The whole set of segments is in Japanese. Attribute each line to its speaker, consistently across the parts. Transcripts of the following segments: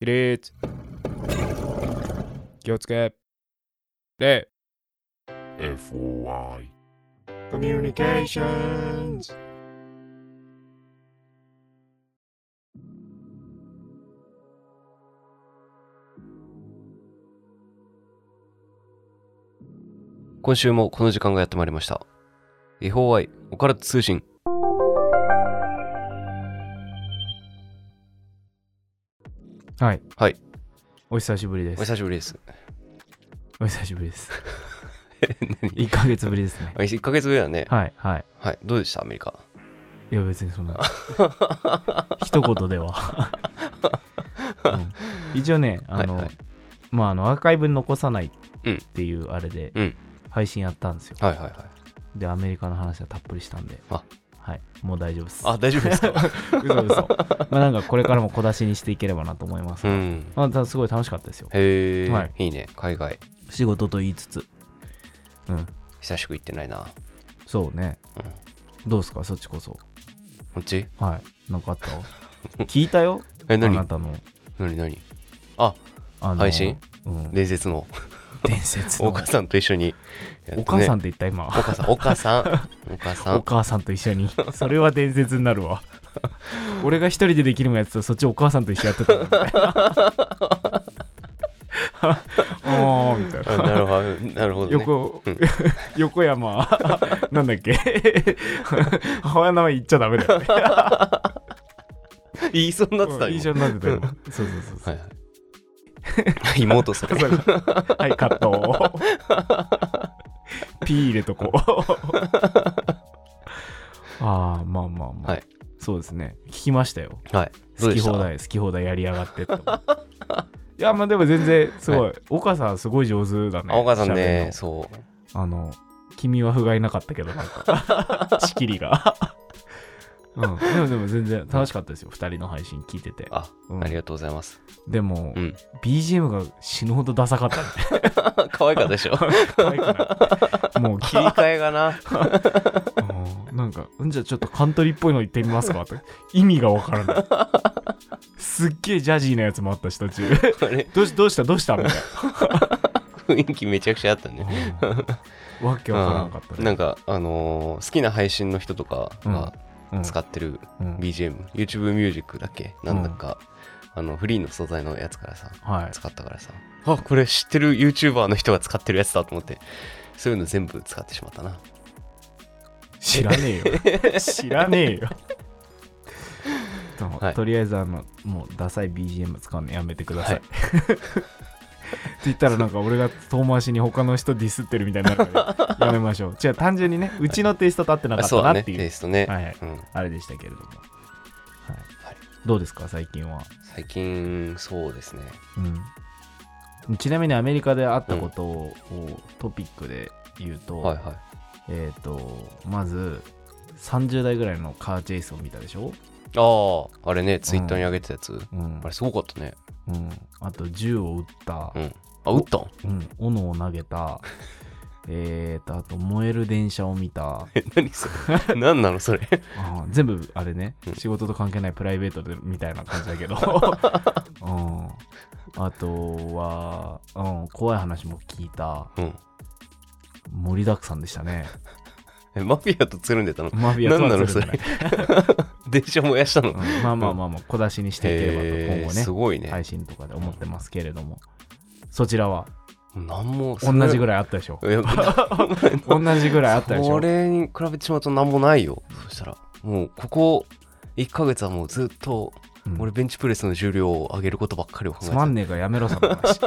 Speaker 1: 起立気をつけ礼
Speaker 2: FOI
Speaker 1: コミュニケーションズ
Speaker 3: 今週もこの時間がやってまいりました。FOI オカルト通信。
Speaker 1: はい
Speaker 3: はい
Speaker 1: お久しぶりで
Speaker 3: お
Speaker 1: す
Speaker 3: 久しぶりです。
Speaker 1: お久しぶりです
Speaker 3: 何
Speaker 1: 1ヶ月ぶりですね
Speaker 3: ?1 ヶ月ぶりだね。
Speaker 1: はいはい
Speaker 3: はい。どうでしたアメリカ。
Speaker 1: いや別にそん な一言では、うん一応ねあの、
Speaker 3: はいはい
Speaker 1: まああのアーカイブに残さない
Speaker 3: うん
Speaker 1: っていうあれで
Speaker 3: うん
Speaker 1: 配信やったんですよ、
Speaker 3: はいはいはい。
Speaker 1: でアメリカの話はたっぷりしたんで
Speaker 3: あ
Speaker 1: はいもう大丈夫です
Speaker 3: あ、大丈夫ですか
Speaker 1: 嘘嘘まあなんかこれからも小出しにしていければなと思います、
Speaker 3: うん。
Speaker 1: まあただすごい楽しかったですよ
Speaker 3: へえ、
Speaker 1: はい
Speaker 3: い、いね。海外。
Speaker 1: 仕事と言いつつうん
Speaker 3: 久しく行ってないな。
Speaker 1: そうね
Speaker 3: うん。
Speaker 1: どうですかそっちこそ
Speaker 3: こっち
Speaker 1: はいなんかあった聞いたよ
Speaker 3: え、
Speaker 1: あ
Speaker 3: 何
Speaker 1: なたの
Speaker 3: 何何あ、
Speaker 1: あの
Speaker 3: 配信、
Speaker 1: うん、
Speaker 3: 伝説の。
Speaker 1: 伝説の
Speaker 3: お母さんと一緒にやってね、
Speaker 1: お母さんって言った今
Speaker 3: お母さん。お母さん。お母さ
Speaker 1: お
Speaker 3: ん。
Speaker 1: 母さんと一緒にそれは伝説になるわ俺が一人でできるもんやってたらそっちお母さんと一緒やってたもんねおーみたい
Speaker 3: あ
Speaker 1: な
Speaker 3: なるほど。なるほど、ね。
Speaker 1: 横、
Speaker 3: うん
Speaker 1: 横山なんだっ け母親の名前言っちゃダメだよね。
Speaker 3: 言いそうになってた
Speaker 1: うん
Speaker 3: 今
Speaker 1: 一緒になってたよ。そうそうそうそ
Speaker 3: は
Speaker 1: う。
Speaker 3: い はい。妹それ。
Speaker 1: そうか はい、カッ ト。ピー入れとこう。 ああ、まあまあまあ。
Speaker 3: はい
Speaker 1: そうですね。聞きましたよ。
Speaker 3: はい。
Speaker 1: 好
Speaker 3: どうで
Speaker 1: き
Speaker 3: した
Speaker 1: 放題、好き放題やりやがってって思って。いや、まあでも全然すごい。岡さんすごい上手だね。
Speaker 3: 青川さ
Speaker 1: 喋
Speaker 3: ん
Speaker 1: る
Speaker 3: ね
Speaker 1: の、
Speaker 3: そう。
Speaker 1: あの、君は不甲斐なかったけど、なんか、 仕切りが。 うん、でもでも全然楽しかったですよ、二人の配信聞いてて。
Speaker 3: あ、
Speaker 1: うん
Speaker 3: ありがとうございます。
Speaker 1: でも、
Speaker 3: うん
Speaker 1: BGM が死ぬほどダサかったね
Speaker 3: 可愛かったでし ょ
Speaker 1: 可愛くないもう
Speaker 3: 切り替えが な。
Speaker 1: うんなんか、んじゃあちょっとカントリーっぽいの言ってみますかと意味がわからない。すっげえジャジーなやつもあったし、途中。
Speaker 3: あれ
Speaker 1: どうしどうしたどうしたみたい
Speaker 3: 雰囲気めちゃくちゃあったね。
Speaker 1: な。うんわけわからなかった
Speaker 3: うんなんか、あのー好きな配信の人とかが
Speaker 1: うん
Speaker 3: 使ってる
Speaker 1: うん
Speaker 3: BGM、YouTube ミュージックだっけなんだか、あの、フリーの素材のやつからさ、
Speaker 1: はい。
Speaker 3: 使ったからさ、あ、これ知ってる YouTuber の人が使ってるやつだと思って、そういうの全部使ってしまったな。
Speaker 1: 知らねえ よ知らねえよでも
Speaker 3: はい
Speaker 1: とりあえずあのもうダサい BGM 使うのやめてください、
Speaker 3: はい
Speaker 1: って言ったらなんか俺が遠回しに他の人ディスってるみたいになるからやめましょう違う単純にねうちのテイストと合ってなか
Speaker 3: あ
Speaker 1: っ
Speaker 3: そう
Speaker 1: た
Speaker 3: だ
Speaker 1: な
Speaker 3: ね、
Speaker 1: っていう
Speaker 3: テイストね。
Speaker 1: はいはい
Speaker 3: うん、
Speaker 1: あれでしたけれども、はい
Speaker 3: はい
Speaker 1: どうですか最近は、
Speaker 3: 最近、そうですね。
Speaker 1: うん、ちなみにアメリカであったことを、トピックで言うと、
Speaker 3: はいはい。
Speaker 1: えっ、とまず30代ぐらいのカーチェイスを見たでしょ
Speaker 3: ああ、あれね、ツイッターに上げてたやつ。
Speaker 1: うん
Speaker 3: あれすごかったね。
Speaker 1: うん、あと銃を撃った
Speaker 3: う、ん。あ、打った
Speaker 1: う
Speaker 3: ん
Speaker 1: ん、斧を投げ たえーとあと燃える電車を見 た
Speaker 3: え、何それ 何なのそれ。
Speaker 1: あー全部あれね
Speaker 3: うん
Speaker 1: 仕事と関係ないプライベートでみたいな感じだけ ど、うん、あとは、うん、怖い話も聞いた
Speaker 3: うん。
Speaker 1: 盛りだくさんでした ね
Speaker 3: え、マフィアとつるんでたの
Speaker 1: マフィアとは
Speaker 3: 何なの
Speaker 1: ずれてない、
Speaker 3: 電車燃やしたの
Speaker 1: うん、まあまあまあまあ小出しにしていけれ
Speaker 3: へ
Speaker 1: ば
Speaker 3: え、
Speaker 1: と今
Speaker 3: す
Speaker 1: 後ね
Speaker 3: ごいね。
Speaker 1: 配信とかで思ってますけれどもそちらは
Speaker 3: 何も、
Speaker 1: 同じぐ
Speaker 3: らい。
Speaker 1: らいあったでしょ
Speaker 3: いや
Speaker 1: 同じぐらいあったでしょ
Speaker 3: これに比べてしまうと何もないよ。そしたら、もう、ここ1ヶ月はもうずっと、
Speaker 1: うん
Speaker 3: 俺ベンチプレスの重量を上げることばっかりを考えて
Speaker 1: つ
Speaker 3: た
Speaker 1: まんねえからやめろさ の話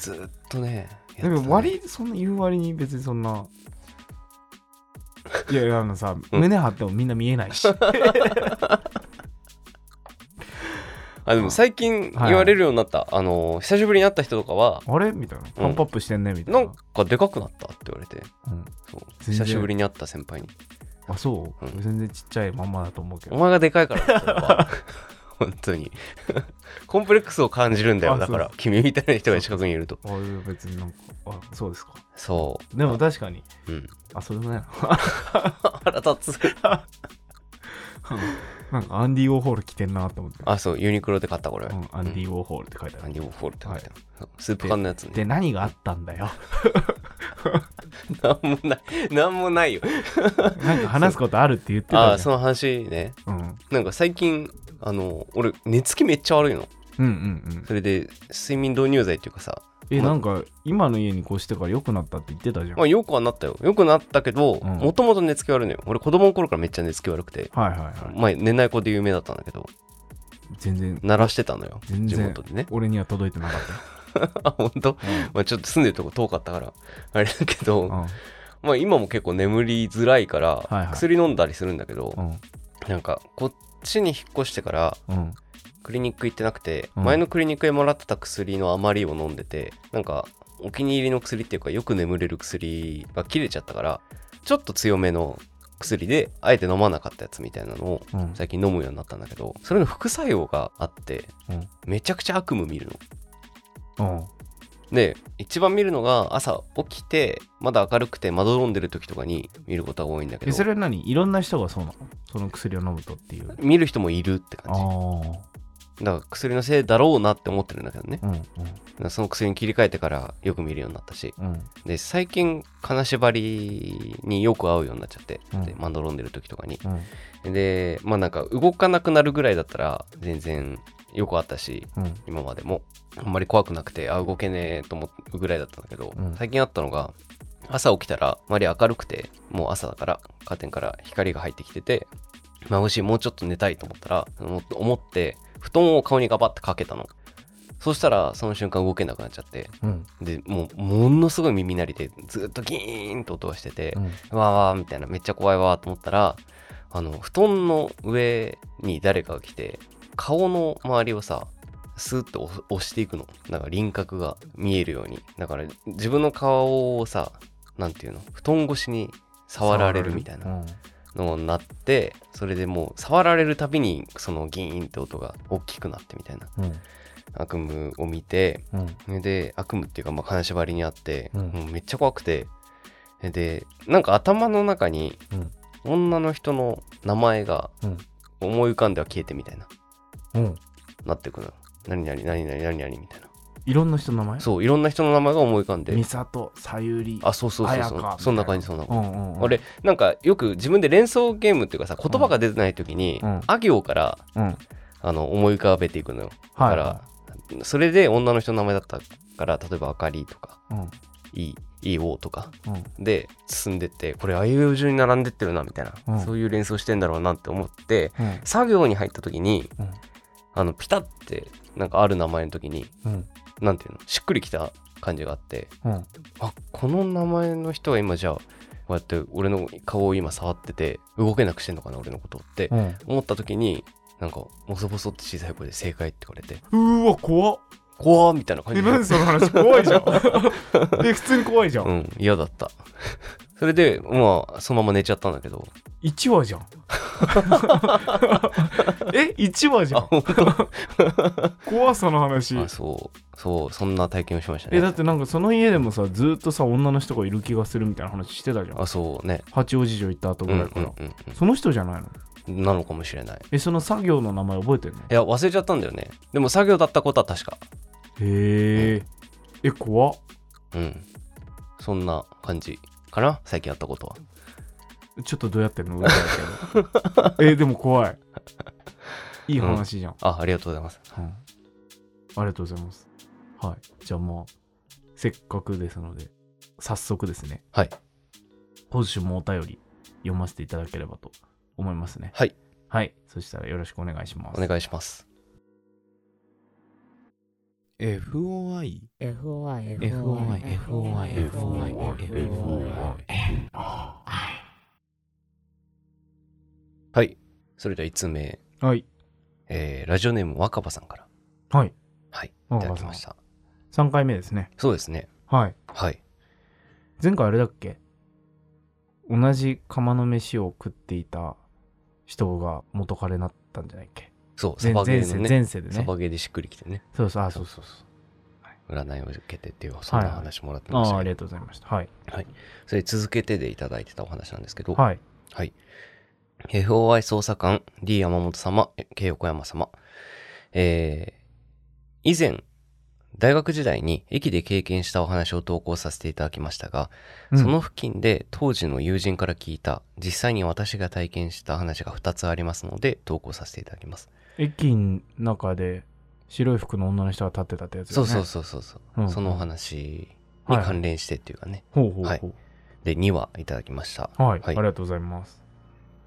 Speaker 3: ずっとね。
Speaker 1: で
Speaker 3: やってたね
Speaker 1: も割そんな言う割に別にそん ないやいやあのさ、
Speaker 3: うん
Speaker 1: 胸張ってもみんな見えない し
Speaker 3: あ、でも最近言われるようになった。あの、久しぶりに会った人とかは、
Speaker 1: あれみたいなパンプアップしてんねみたいな,、
Speaker 3: なんかでかくなったって言われて、
Speaker 1: うん
Speaker 3: そう
Speaker 1: 全然
Speaker 3: 久しぶりに会った先輩に。
Speaker 1: あそう、
Speaker 3: うん
Speaker 1: 全然ちっちゃいまんまだと思うけ
Speaker 3: お
Speaker 1: ど
Speaker 3: 前がでかいからだそれは本当にコンプレックスを感じるんだ
Speaker 1: あ
Speaker 3: よだか
Speaker 1: そう
Speaker 3: ら君みたいな人が近くにいると
Speaker 1: あいや別になんかあそうですか
Speaker 3: そ
Speaker 1: でも確かに
Speaker 3: う、うん、
Speaker 1: あそうでもないな
Speaker 3: 腹立
Speaker 1: う
Speaker 3: つ
Speaker 1: んなんかアンディ・ウォーホール着てんなと思って、
Speaker 3: あ、そう、ユニクロで買った、これ。
Speaker 1: うん、アンディ・
Speaker 3: うん
Speaker 1: ウォーホールって書いてあ
Speaker 3: アン
Speaker 1: る
Speaker 3: ディ・ウォーホールって書いてある。そうスープ缶のやつね。
Speaker 1: で何があったんだよ
Speaker 3: なんもない。なんもないよ。
Speaker 1: なんか話すことあるって言って
Speaker 3: あ
Speaker 1: た
Speaker 3: あ、
Speaker 1: じ
Speaker 3: その話ね。
Speaker 1: ゃんうん
Speaker 3: なんか最近、あの、俺、寝つきめっちゃ悪いの。
Speaker 1: うんうんうん
Speaker 3: それで、睡眠導入剤っていうかさ、
Speaker 1: え
Speaker 3: ま
Speaker 1: なんか今の家に越してから良くなったって言ってたじゃん
Speaker 3: まあ、
Speaker 1: はい
Speaker 3: よくはなったよ。よくなったけど、
Speaker 1: うん
Speaker 3: もともと寝つき悪いのよ。俺、子供の頃からめっちゃ寝つき悪くて、
Speaker 1: はいはい
Speaker 3: まあ、寝ない子で有名だったんだけど、
Speaker 1: 全然
Speaker 3: 鳴らしてたのよ。
Speaker 1: 全
Speaker 3: 地
Speaker 1: 然
Speaker 3: 元でね。
Speaker 1: 俺には届いてなかった
Speaker 3: あ、本当。
Speaker 1: よ
Speaker 3: まあ、ちょっと住んでるとこ遠かったから、 あれだけど、
Speaker 1: うんうん
Speaker 3: まあ、今も結構眠りづらいから、
Speaker 1: いはい
Speaker 3: 薬飲んだりするんだけど、
Speaker 1: うん
Speaker 3: なんか、こっちに引っ越してから、
Speaker 1: うん
Speaker 3: クリニック行ってなくて、
Speaker 1: うん
Speaker 3: 前のクリニックでもらってた薬の余りを飲んでてなんかお気に入りの薬っていうかよく眠れる薬が切れちゃったからちょっと強めの薬であえて飲まなかったやつみたいなのを
Speaker 1: うん
Speaker 3: 最近飲むようになったんだけどそれの副作用があって
Speaker 1: うん
Speaker 3: めちゃくちゃ悪夢見るの。
Speaker 1: うん
Speaker 3: で一番見るのが朝起きてまだ明るくてまどろんでる時とかに見ることが多いんだけ
Speaker 1: えそ
Speaker 3: ど
Speaker 1: れは何いろんな人がそうなのその薬を飲むとっていう
Speaker 3: 見る人もいるって
Speaker 1: あ
Speaker 3: 感
Speaker 1: あ
Speaker 3: じだから薬のせいだろうなって思ってるんだけどね
Speaker 1: うんうん
Speaker 3: だからその薬に切り替えてからよく見るようになったし
Speaker 1: うん
Speaker 3: で最近金縛りによく合うようになっちゃって、
Speaker 1: うん
Speaker 3: でまどろんでる時とかに
Speaker 1: うん
Speaker 3: でまあなんか動かなくなるぐらいだったら全然よくあったし
Speaker 1: うん
Speaker 3: 今までもあんまり怖くなくてあ動けねえと思うぐらいだったんだけど、
Speaker 1: うん
Speaker 3: 最近あったのが朝起きたら周り明るくてもう朝だからカーテンから光が入ってきてて眩しいもうちょっと寝たいと思ったら思思って布団を顔にガバッてかけたのそしたらその瞬間動けなくなっちゃって
Speaker 1: うん
Speaker 3: でもうものすごい耳鳴りでずっとギーンと音がしてて、
Speaker 1: うん
Speaker 3: わーわーみたいなめっちゃ怖いわーと思ったらあの布団の上に誰かが来て顔の周りをさスーッと押押していくのなんか輪郭が見えるようにだから自分の顔をさなんていうの布団越しに触られるみたいな
Speaker 1: うん
Speaker 3: のになってそれでもう触られるたびにそのギーンって音が大きくなってみたいな
Speaker 1: うん
Speaker 3: 悪夢を見て
Speaker 1: うん
Speaker 3: で悪夢っていうか、まあ、金縛りにあって、
Speaker 1: うん
Speaker 3: もうめっちゃ怖くてでなんか頭の中に
Speaker 1: うん
Speaker 3: 女の人の名前が
Speaker 1: うん
Speaker 3: 思い浮かんでは消えてみたいな
Speaker 1: うん
Speaker 3: なってくのよ何々何々何々みたい
Speaker 1: いろんな人の名前
Speaker 3: なそういろんな人の名前が思い浮かんで
Speaker 1: 美里さゆり
Speaker 3: あそうそうそう
Speaker 1: 綾香みたい
Speaker 3: そう
Speaker 1: な
Speaker 3: そんな感じそんな
Speaker 1: う
Speaker 3: 感じ、
Speaker 1: んうんうん
Speaker 3: 俺なんかよく自分で連想ゲームっていうかさ言葉が出てない時に、
Speaker 1: うん
Speaker 3: あ行から
Speaker 1: うんはい
Speaker 3: あの思い浮かべていくのよだ
Speaker 1: は
Speaker 3: か
Speaker 1: い
Speaker 3: ら、それで女の人の名前だったから例えばあかりとか
Speaker 1: うん
Speaker 3: いいいいおとか
Speaker 1: うん
Speaker 3: で進んでってこれあいう順に並んでってるなみたいな、
Speaker 1: うん
Speaker 3: そういう連想してんだろうなって思って
Speaker 1: うん
Speaker 3: 作業に入った時に
Speaker 1: うん
Speaker 3: あのピタってなんかある名前の時に
Speaker 1: うん
Speaker 3: なんていうのしっくりきた感じがあって
Speaker 1: うん
Speaker 3: あこの名前の人が今じゃあこうやって俺の顔を今触ってて動けなくしてんのかな俺のことって
Speaker 1: うん
Speaker 3: 思った時になんかボソボソって小さい声で正解って言われて
Speaker 1: うーわ怖っ
Speaker 3: 怖ーみたいな感
Speaker 1: え
Speaker 3: じ
Speaker 1: 何その 話怖いじゃんえ普通に怖いじゃ
Speaker 3: うんん嫌だった それでまあそのまま寝ちゃったんだけど
Speaker 1: 1話 じゃんえ1話じゃん 怖さの話
Speaker 3: あそうそうそんな体験をしましたね
Speaker 1: えだってなんかその家でもさずーっとさ女の人がいる気がするみたいな話してたじゃん
Speaker 3: あそうね
Speaker 1: 八王子城行った後
Speaker 3: うん
Speaker 1: ぐ
Speaker 3: うん
Speaker 1: らいから
Speaker 3: うん
Speaker 1: その人じゃないの
Speaker 3: うんなのかもしれない
Speaker 1: えその作業の名前覚えてんの
Speaker 3: いや忘れちゃったんだよねでも作業だったことは確か
Speaker 1: へええ怖っ
Speaker 3: うんそんな感じかな最近やったことは
Speaker 1: ちょっとどうやってんの上だ けどえでも怖いいい話じゃん、
Speaker 3: あありがとうございます
Speaker 1: うんありがとうございますはいじゃあまあせっかくですので早速ですね
Speaker 3: はい
Speaker 1: 今週もお便り読ませていただければと思いますね
Speaker 3: はい
Speaker 1: はいそしたらよろしくお願いします
Speaker 3: お願いします
Speaker 2: FOI
Speaker 4: FOI
Speaker 2: FOI
Speaker 4: FOI
Speaker 2: FOI
Speaker 3: はいそれでは1通目、
Speaker 1: はい
Speaker 3: えーラジオネーム若葉さんから
Speaker 1: はい
Speaker 3: はいいた
Speaker 1: 若葉
Speaker 3: だき
Speaker 1: さん
Speaker 3: ました
Speaker 1: 3回目ですね
Speaker 3: そうですね
Speaker 1: はい
Speaker 3: はい
Speaker 1: 前回あれだっけ同じ釜の飯を食っていた人が元彼になったんじゃないっけ
Speaker 3: そうサ
Speaker 1: 前
Speaker 3: バゲ
Speaker 1: 前
Speaker 3: ー
Speaker 1: 世
Speaker 3: のね
Speaker 1: 前世で
Speaker 3: サ
Speaker 1: ね
Speaker 3: バゲーでしっくりきてね
Speaker 1: そうそうあそうそうそう
Speaker 3: 占いを受けてっていうそんな話もらってまし
Speaker 1: ああ
Speaker 3: た
Speaker 1: あ
Speaker 3: け
Speaker 1: りがと
Speaker 3: ど
Speaker 1: うございましたはい
Speaker 3: それ続けてでいただいてたお話なんですけど
Speaker 1: はい
Speaker 3: はい。 FOI 捜査官 D 山本様、K 横山様。えー以前、大学時代に駅で経験したお話を投稿させていただきましたが、
Speaker 1: うん
Speaker 3: その付近で当時の友人から聞いた、実際に私が体験した話が2つありますので、投稿させていただきます。
Speaker 1: 駅の中で白い服の女の人が立ってたってやつだ
Speaker 3: そ
Speaker 1: よ
Speaker 3: う
Speaker 1: ね
Speaker 3: そうそうそうそう、
Speaker 1: うん
Speaker 3: そのお話に関連してっていうかね。
Speaker 1: ほうほう
Speaker 3: はい
Speaker 1: ほう
Speaker 3: で、2話いただきました。
Speaker 1: はい、
Speaker 3: はい
Speaker 1: ありがとうございます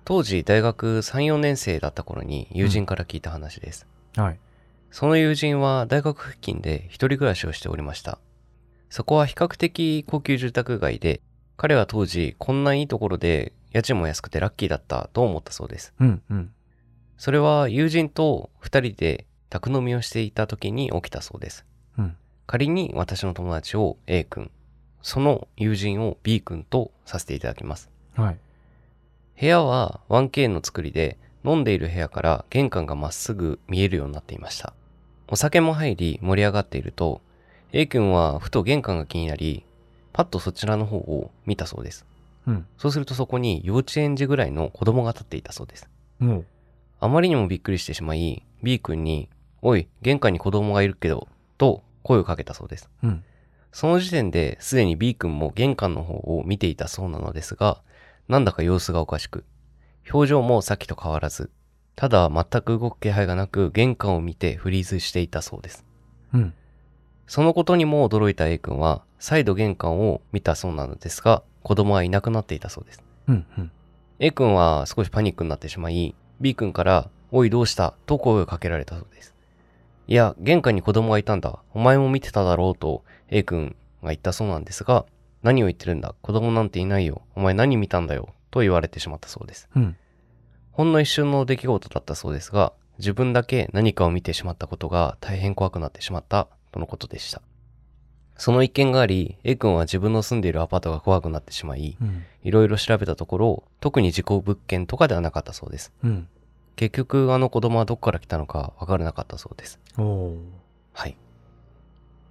Speaker 3: 当時大学3、4年生だった頃に友人から聞いた話です。
Speaker 1: はい
Speaker 3: その友人は大学付近で一人暮らしをしておりました。そこは比較的高級住宅街で、彼は当時こんないいところで家賃も安くてラッキーだったと思ったそうです。
Speaker 1: うんうん
Speaker 3: それは友人と二人で宅飲みをしていた時に起きたそうです。
Speaker 1: うん
Speaker 3: 仮に私の友達を A 君、その友人を B 君とさせていただきます。
Speaker 1: はい
Speaker 3: 部屋は 1K の作りで飲んでいる部屋から玄関がまっすぐ見えるようになっていましたお酒も入り盛り上がっていると A 君はふと玄関が気になりパッとそちらの方を見たそうです
Speaker 1: うん
Speaker 3: そうするとそこに幼稚園児ぐらいの子供が立っていたそうです
Speaker 1: も
Speaker 3: あまりにもびっくりしてしまい B 君に「おい玄関に子供がいるけど」と声をかけたそうです
Speaker 1: ううん
Speaker 3: その時点ですでに B 君も玄関の方を見ていたそうなのですが、なんだか様子がおかしく、表情もさっきと変わらず、ただ全く動く気配がなく玄関を見てフリーズしていたそうです。
Speaker 1: うん
Speaker 3: そのことにも驚いた A 君は、再度玄関を見たそうなのですが、子供はいなくなっていたそうです。
Speaker 1: うんうん
Speaker 3: A 君は少しパニックになってしまい、B 君から、おいどうしたと声をかけられたそうです。いや、玄関に子供がいたんだ。お前も見てただろうと A 君が言ったそうなんですが、何を言ってるんだ子供なんていないよ。お前何見たんだよ。と言われてしまったそうです。
Speaker 1: うん
Speaker 3: ほんの一瞬の出来事だったそうですが、自分だけ何かを見てしまったことが大変怖くなってしまったとのことでした。その一件があり、A 君は自分の住んでいるアパートが怖くなってしまい、
Speaker 1: うん
Speaker 3: いろいろ調べたところ、特に事故物件とかではなかったそうです。
Speaker 1: うん
Speaker 3: 結局、あの子供はどこから来たのか分からなかったそうです。
Speaker 1: おお
Speaker 3: はい。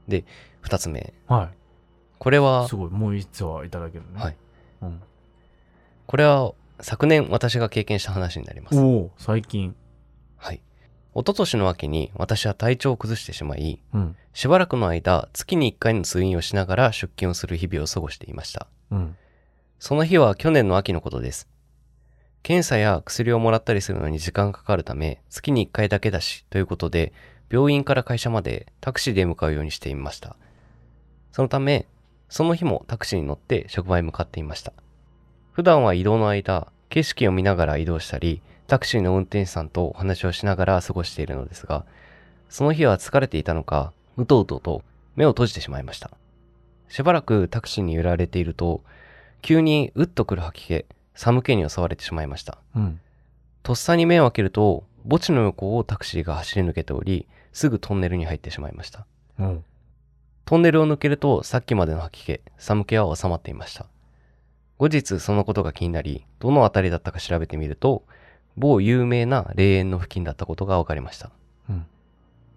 Speaker 3: で、二つ目。
Speaker 1: ーはい
Speaker 3: これは
Speaker 1: す、ごいもう一話いただけるね
Speaker 3: はい、
Speaker 1: うん、
Speaker 3: これは、昨年私が経験した話になります。
Speaker 1: おお最近
Speaker 3: はい。一昨年の秋に私は体調を崩してしまい、
Speaker 1: うん
Speaker 3: しばらくの間、月に一回の通院をしながら出勤をする日々を過ごしていました。
Speaker 1: うん
Speaker 3: その日は去年の秋のことです。検査や薬をもらったりするのに時間がかかるため、月に1回だけだし、ということで、病院から会社までタクシーで向かうようにしていました。そのため、その日もタクシーに乗って職場へ向かっていました。普段は移動の間、景色を見ながら移動したり、タクシーの運転手さんとお話をしながら過ごしているのですが、その日は疲れていたのか、うとうとと目を閉じてしまいました。しばらくタクシーに揺られていると、急にうっとくる吐き気、寒気に襲われてしまいました。
Speaker 1: うん
Speaker 3: とっさに目を開けると、墓地の横をタクシーが走り抜けており、すぐトンネルに入ってしまいました。
Speaker 1: うん
Speaker 3: トンネルを抜けると、さっきまでの吐き気、寒気は収まっていました。後日、そのことが気になり、どの辺りだったか調べてみると、某有名な霊園の付近だったことが分かりました。
Speaker 1: うん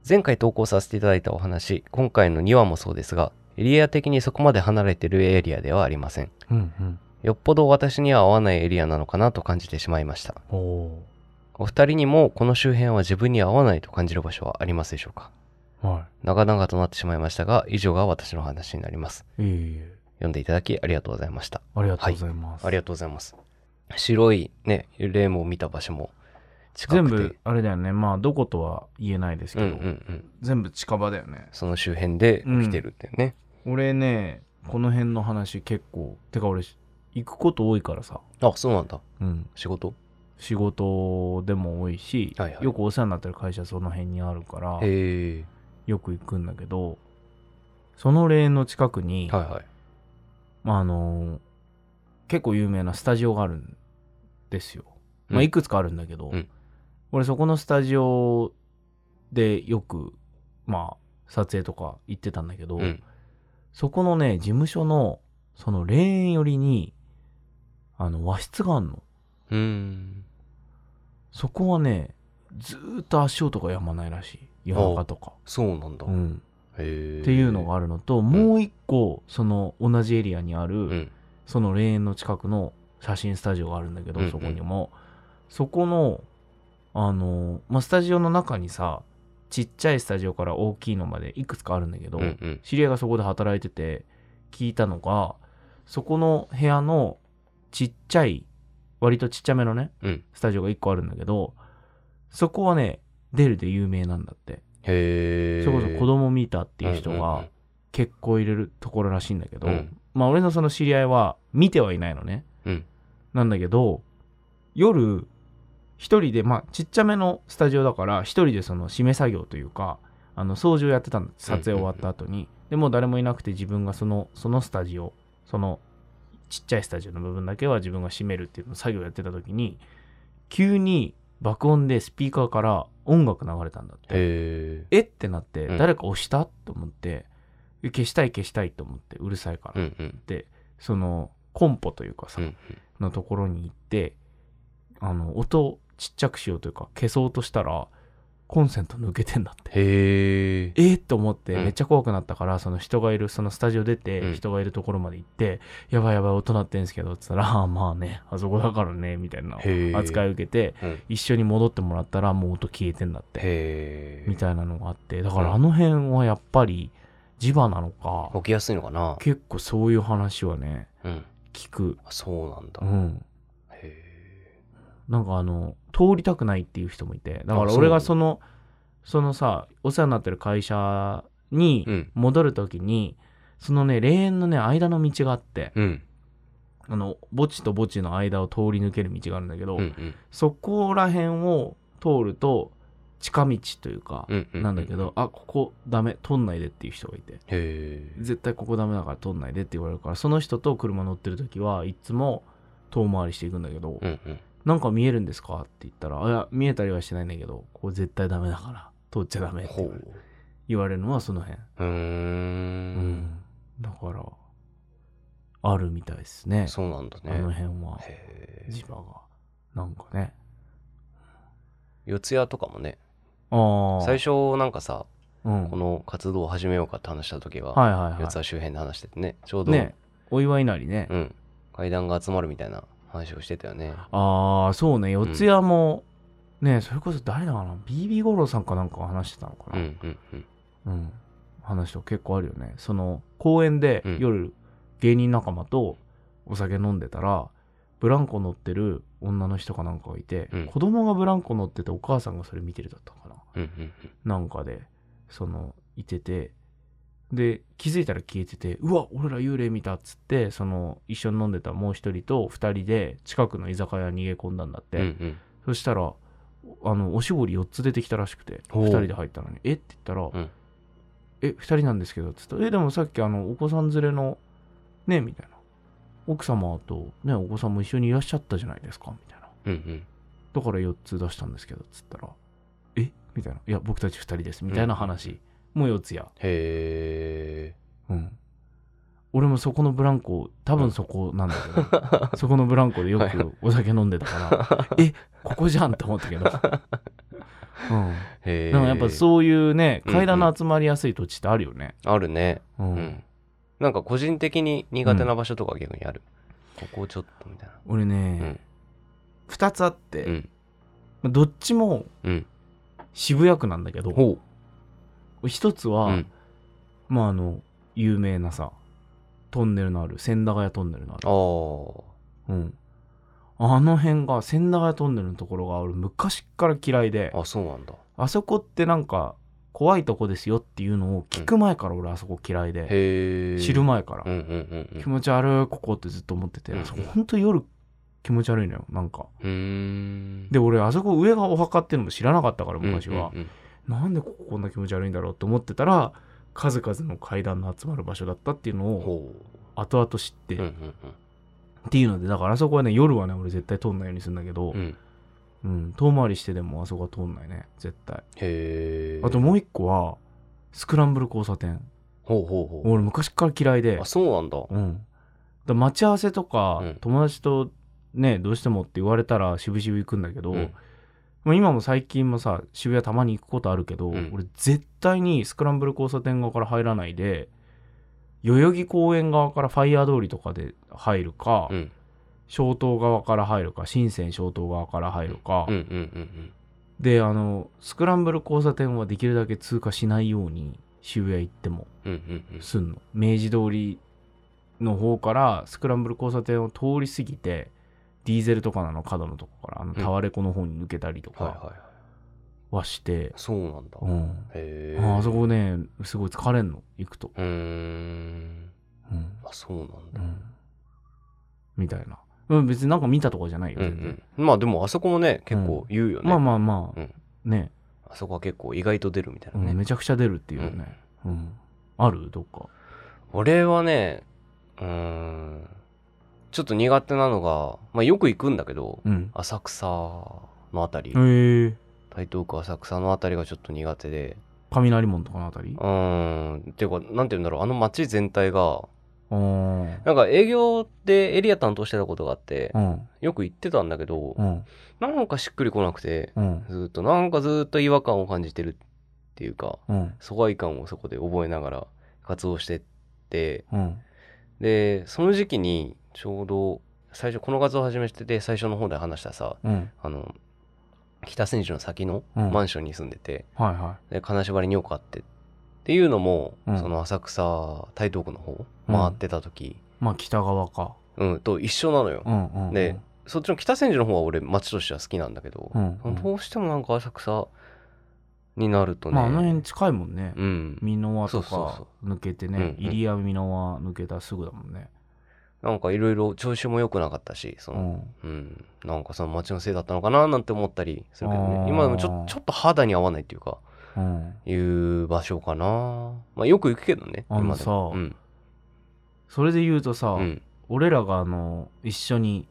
Speaker 3: 前回投稿させていただいたお話、今回の2話もそうですが、エリア的にそこまで離れているエリアではありません。
Speaker 1: うんうん
Speaker 3: よっぽど私には合わないエリアなのかなと感じてしまいました。
Speaker 1: おお
Speaker 3: お二人にもこの周辺は自分に合わないと感じる場所はありますでしょうか
Speaker 1: ーは
Speaker 3: 長々となってしまいましたが、以上が私の話になります。
Speaker 1: いいえいえ
Speaker 3: 読んでいただきありがとうございました。
Speaker 1: ありがとうございます、
Speaker 3: ありがとうございます。白いね、霊も見た場所も近
Speaker 1: 全
Speaker 3: くて。
Speaker 1: 部あれだよねまあどことは言えないですけ
Speaker 3: うん
Speaker 1: ど、
Speaker 3: うんうん。
Speaker 1: 全部近場だよね
Speaker 3: その周辺で起きてるっていうね。
Speaker 1: 俺ねこの辺の話結構てか俺行くこと多いからさ、
Speaker 3: あ、そうなんだ。
Speaker 1: うん、
Speaker 3: 仕事
Speaker 1: 仕事でも多いし、
Speaker 3: はいはい
Speaker 1: よくお世話になってる会社その辺にあるから
Speaker 3: へ
Speaker 1: よく行くんだけどその霊園の近くに、
Speaker 3: え。はいはい。
Speaker 1: まああのー結構有名なスタジオがあるんですよ、ま
Speaker 3: う
Speaker 1: あ、
Speaker 3: ん
Speaker 1: いくつかあるんだけど、
Speaker 3: うん
Speaker 1: 俺そこのスタジオでよくまあ撮影とか行ってたんだけど、
Speaker 3: うん。
Speaker 1: そこのね事務所のその霊園寄りにあの和室があるの
Speaker 3: うーん。
Speaker 1: そこはねずーっと足音が止まないらしい夜中とか、
Speaker 3: そうなんだ。
Speaker 1: う
Speaker 3: へ
Speaker 1: ん、
Speaker 3: え。
Speaker 1: っていうのが
Speaker 3: あ
Speaker 1: あるのと、もう一個その同じエリアにある、
Speaker 3: うん。
Speaker 1: その霊園の近くの写真スタジオがあるんだけど、
Speaker 3: うんうん
Speaker 1: そこにもそこの、あの、まあ、スタジオの中にさ、ちっちゃいスタジオから大きいのまでいくつかあるんだけど、
Speaker 3: うんうん。
Speaker 1: 知り合いがそこで働いてて聞いたのがそこの部屋のちっちゃい割とちっちゃめのね、
Speaker 3: うん
Speaker 1: スタジオが1個あるんだけどそこはね出るで有名なんだって、
Speaker 3: へえ。
Speaker 1: それこそ子供見たっていう人
Speaker 3: うんうんう
Speaker 1: が
Speaker 3: ん
Speaker 1: 結構入れるところらしいんだけど、
Speaker 3: うん
Speaker 1: まあ俺のその知り合いは見てはいないのね、
Speaker 3: うん
Speaker 1: なんだけど夜一人でまあちっちゃめのスタジオだから一人でその締め作業というかあの掃除をやってたんだ撮影終わった後に、でもう誰もいなくて自分がそのそのスタジオそのちっちゃいスタジオの部分だけは自分が閉めるっていうのを作業やってた時に急に爆音でスピーカーから音楽流れたんだって
Speaker 3: へえ。
Speaker 1: えってなって、
Speaker 3: うん
Speaker 1: 誰か押したと思ってえ消したい消したいと思ってうるさいから、
Speaker 3: うんうん。
Speaker 1: そのコンポというかさ、
Speaker 3: うんうん
Speaker 1: のところに行ってあの音をちっちゃくしようというか消そうとしたらコンセント抜けてんだって
Speaker 3: へえ。
Speaker 1: えっ、と思って
Speaker 3: うん
Speaker 1: めっちゃ怖くなったから、その人がいるそのスタジオ出
Speaker 3: う
Speaker 1: て
Speaker 3: ん
Speaker 1: 人がいるところまで行って、やばいやばい音鳴ってんすけどっつったらああまあねあそこだからねみたいな
Speaker 3: へえ
Speaker 1: 扱いを受けて
Speaker 3: うん
Speaker 1: 一緒に戻ってもらったらもう音消えてんだって
Speaker 3: へえ
Speaker 1: み。たいなのがあってだから
Speaker 3: うん
Speaker 1: あの辺はやっぱり磁場なのか、
Speaker 3: 起きやすいのかな
Speaker 1: 結構そういう話はね
Speaker 3: うん。
Speaker 1: 聞く
Speaker 3: あそうなんだ。
Speaker 1: う
Speaker 3: へ
Speaker 1: ん
Speaker 3: え。
Speaker 1: なんかあの通りたくないっていう人もいてだか
Speaker 3: あ
Speaker 1: ら
Speaker 3: そう
Speaker 1: 俺がそのそのさお世話になってる会社に
Speaker 3: うん。
Speaker 1: 戻る時に、そのね霊園のね間の道があって
Speaker 3: うん。
Speaker 1: あの墓地と墓地の間を通り抜ける道があるんだけど、
Speaker 3: うんうん。
Speaker 1: そこら辺を通ると近道というか、
Speaker 3: うんうん。
Speaker 1: なんだけど、。あここダメ通んないでっていう人がいて
Speaker 3: へえ。
Speaker 1: 絶対ここダメだから通んないでって言われるからその人と車乗ってる時はいつも遠回りしていくんだけど、
Speaker 3: うんうん。
Speaker 1: なんか見えるんですかって言ったら、あいや、見えたりはしてないんだけど、ここ絶対ダメだから、通っちゃダメって
Speaker 3: ほ
Speaker 1: 言わ
Speaker 3: う
Speaker 1: れ。言われるのはその辺。
Speaker 3: うー。
Speaker 1: うんん。だから、あるみたいですね。
Speaker 3: そうなんだ
Speaker 1: あの
Speaker 3: ね。
Speaker 1: 辺は、
Speaker 3: へえ。
Speaker 1: 磁場が。なんかね。
Speaker 3: 四谷とかもね、
Speaker 1: ああ。
Speaker 3: 最初なんかさ、
Speaker 1: うん。
Speaker 3: この活動を始めようかって話した時は、
Speaker 1: はいはい
Speaker 3: 四
Speaker 1: は
Speaker 3: 谷周辺で話しててね、ちょう
Speaker 1: い。
Speaker 3: ど、
Speaker 1: ね。お祝いなりね。
Speaker 3: うん、階段が集まるみたいな話をしてたよね。
Speaker 1: ああ、そうね。四谷も、ね、それこそ誰だかな ?BB 五郎さんかなんかが話してたのか
Speaker 3: う
Speaker 1: な。
Speaker 3: んうんうん。
Speaker 1: うん、話と結構あるよねその公園で
Speaker 3: うん
Speaker 1: 夜芸人仲間とお酒飲んでたらブランコ乗ってる女の人かなんかがいて、
Speaker 3: うん
Speaker 1: 子供がブランコ乗っててお母さんがそれ見てるだったかな
Speaker 3: うんうん
Speaker 1: なんかでそのいててで気づいたら消えててうわ俺ら幽霊見たっつってその一緒に飲んでたもう一人と二人で近くの居酒屋に逃げ込んだんだっ
Speaker 3: う
Speaker 1: て、
Speaker 3: ん。うんうん。
Speaker 1: そしたらあのおしぼり4つ出てきたらしくて
Speaker 3: ほう
Speaker 1: 2人で入ったのに「えっ?」て言ったら「
Speaker 3: ん
Speaker 1: え2人なんですけど」っつったらえでもさっきあのお子さん連れのねみたいな奥様と、ね、お子さんも一緒にいらっしゃったじゃないですか」みたいな
Speaker 3: うんうん。
Speaker 1: 「だから4つ出したんですけど」っつったら「えみたいな「いや僕たち2人です」みたいな話、もう4つや
Speaker 3: へえ。
Speaker 1: うん俺もそこのブランコ多分そこなんだけど、 そこのブランコでよ
Speaker 3: はい
Speaker 1: くお酒飲んでた からえここじゃんと思ったけどうん
Speaker 3: へえ。
Speaker 1: でもやっぱそういうね、
Speaker 3: うん
Speaker 1: 階段の集まりやすい土地ってあるよね。
Speaker 3: あるね。
Speaker 1: う
Speaker 3: うんん。なんか個人的に苦手な場所とか逆にある。ここちょっとみたいな。
Speaker 1: 俺
Speaker 3: う
Speaker 1: ね
Speaker 3: ん、。
Speaker 1: 2つあって、
Speaker 3: うん。
Speaker 1: まあどっちも
Speaker 3: うん。
Speaker 1: 渋谷区なんだけど、
Speaker 3: ほ
Speaker 1: 1つ
Speaker 3: う。
Speaker 1: は、
Speaker 3: うん。
Speaker 1: まああの、有名なさ、トンネルのある、千駄ヶ谷トンネルのあ
Speaker 3: あ
Speaker 1: る。う
Speaker 3: あ。
Speaker 1: ん、あの辺が、千駄ヶ谷トンネルのところが俺昔から嫌いで、
Speaker 3: あ、そうなんだ。
Speaker 1: あそこってなんか、怖いとこですよっていうのを聞く前から俺あそこ嫌いで、
Speaker 3: へえ。
Speaker 1: 知る前から
Speaker 3: うん。うんうんうん。
Speaker 1: 気持ち悪いここってずっと思ってて、
Speaker 3: うん
Speaker 1: あそこほんと夜気持ち悪いのよなんか
Speaker 3: うーん。
Speaker 1: で俺あそこ上がお墓っていうのも知らなかったから昔は、
Speaker 3: うんうんうん
Speaker 1: なんでこここんな気持ち悪いんだろうって思ってたら数々の階段の集まる場所だったっていうのを
Speaker 3: ほ
Speaker 1: 後々知って、
Speaker 3: う。うんう
Speaker 1: っ
Speaker 3: ん
Speaker 1: ていうのでだからあそこはね夜はね俺絶対通んないようにするんだけど、
Speaker 3: うん。うん。
Speaker 1: うん遠回りしてでもあそこは通んないね絶対
Speaker 3: へえ。
Speaker 1: あともう一個はスクランブル交差点
Speaker 3: ほうほうほ
Speaker 1: 俺昔から嫌いで
Speaker 3: う。あ、そうなんだ。
Speaker 1: うん、だから待ち合わせとか、
Speaker 3: うん
Speaker 1: 友達とねどうしてもって言われたら渋々行くんだけど、
Speaker 3: うん
Speaker 1: まあ今も最近もさ渋谷たまに行くことあるけど、
Speaker 3: うん
Speaker 1: 俺絶対にスクランブル交差点側から入らないで代々木公園側からファイヤー通りとかで入るか、
Speaker 3: うん。
Speaker 1: 小東側から入るか深セン小東側から入るか、
Speaker 3: うんうんうん
Speaker 1: であのスクランブル交差点はできるだけ通過しないように渋谷行っても
Speaker 3: うんうんうんうん
Speaker 1: すんの明治通りの方からスクランブル交差点を通り過ぎてディーゼルとかなの角のとこからあのタワレコの方に抜けたりと
Speaker 3: はいはい
Speaker 1: か
Speaker 3: はい
Speaker 1: はして、
Speaker 3: そうなんだ、
Speaker 1: うん
Speaker 3: へえ
Speaker 1: あーあそこねすごい疲れんの行くと、
Speaker 3: うーん
Speaker 1: うん
Speaker 3: あそうなん
Speaker 1: う
Speaker 3: だ、
Speaker 1: ん、みたいな、うん、別になんか見たとかじゃないよ、
Speaker 3: うんう
Speaker 1: 全然
Speaker 3: んまあでもあそこもね結構言うよね、
Speaker 1: まあまあまあ、
Speaker 3: うん
Speaker 1: ね、
Speaker 3: あそこは結構意外と出るみたいうなね、
Speaker 1: んめちゃくちゃ出るっていうね、うんあるどっか
Speaker 3: 俺はねうーんちょっと苦手なのが、まあ、よく行くんだけど、
Speaker 1: うん
Speaker 3: 浅草のあたり、
Speaker 1: へえ
Speaker 3: 台東区浅草のあたりがちょっと苦手で
Speaker 1: 雷門とかのあたり
Speaker 3: うーんっていうかなんて言うんだろうあの街全体が
Speaker 1: あー
Speaker 3: なんか営業でエリア担当してたことがあって
Speaker 1: うん
Speaker 3: よく行ってたんだけど
Speaker 1: うん
Speaker 3: なんかしっくりこなくて
Speaker 1: うん
Speaker 3: ずーっとなんかずーっと違和感を感じてるっていうか
Speaker 1: うん
Speaker 3: 疎外感をそこで覚えながら活動してって
Speaker 1: うん
Speaker 3: でその時期にちょうど最初この活動を始めてて最初の方で話したさ
Speaker 1: うん
Speaker 3: あの北千住の先の
Speaker 1: うん
Speaker 3: マンションに住んでて、
Speaker 1: はいは
Speaker 3: で金縛りによくあってっていうのも、
Speaker 1: うん
Speaker 3: その浅草台東区の方回ってた時、
Speaker 1: いまあ北側か
Speaker 3: うんと一緒なのよ、
Speaker 1: うんうんうん
Speaker 3: でそっちの北千住の方は俺町としては好きなんだけど、
Speaker 1: うんうん
Speaker 3: どうしてもなんか浅草になるとね、
Speaker 1: まああの辺近いもんね
Speaker 3: うん
Speaker 1: 箕輪と
Speaker 3: そう
Speaker 1: か
Speaker 3: そ
Speaker 1: 抜けて
Speaker 3: うん
Speaker 1: ね
Speaker 3: うん
Speaker 1: 入谷箕輪抜けたらすぐだもんね
Speaker 3: なんかいろいろ調子も良くなかったしそうの、
Speaker 1: ん
Speaker 3: うんなんかその町のせいだったのかななんて思ったりするけど
Speaker 1: あ
Speaker 3: ね
Speaker 1: ー
Speaker 3: 今でもちょちょっと肌に合わないっていうか
Speaker 1: うん
Speaker 3: いう場所かなまあよく行くけどね
Speaker 1: あの
Speaker 3: 今で
Speaker 1: さ
Speaker 3: もうん
Speaker 1: それで言うとさ
Speaker 3: うん
Speaker 1: 俺らがあの一緒に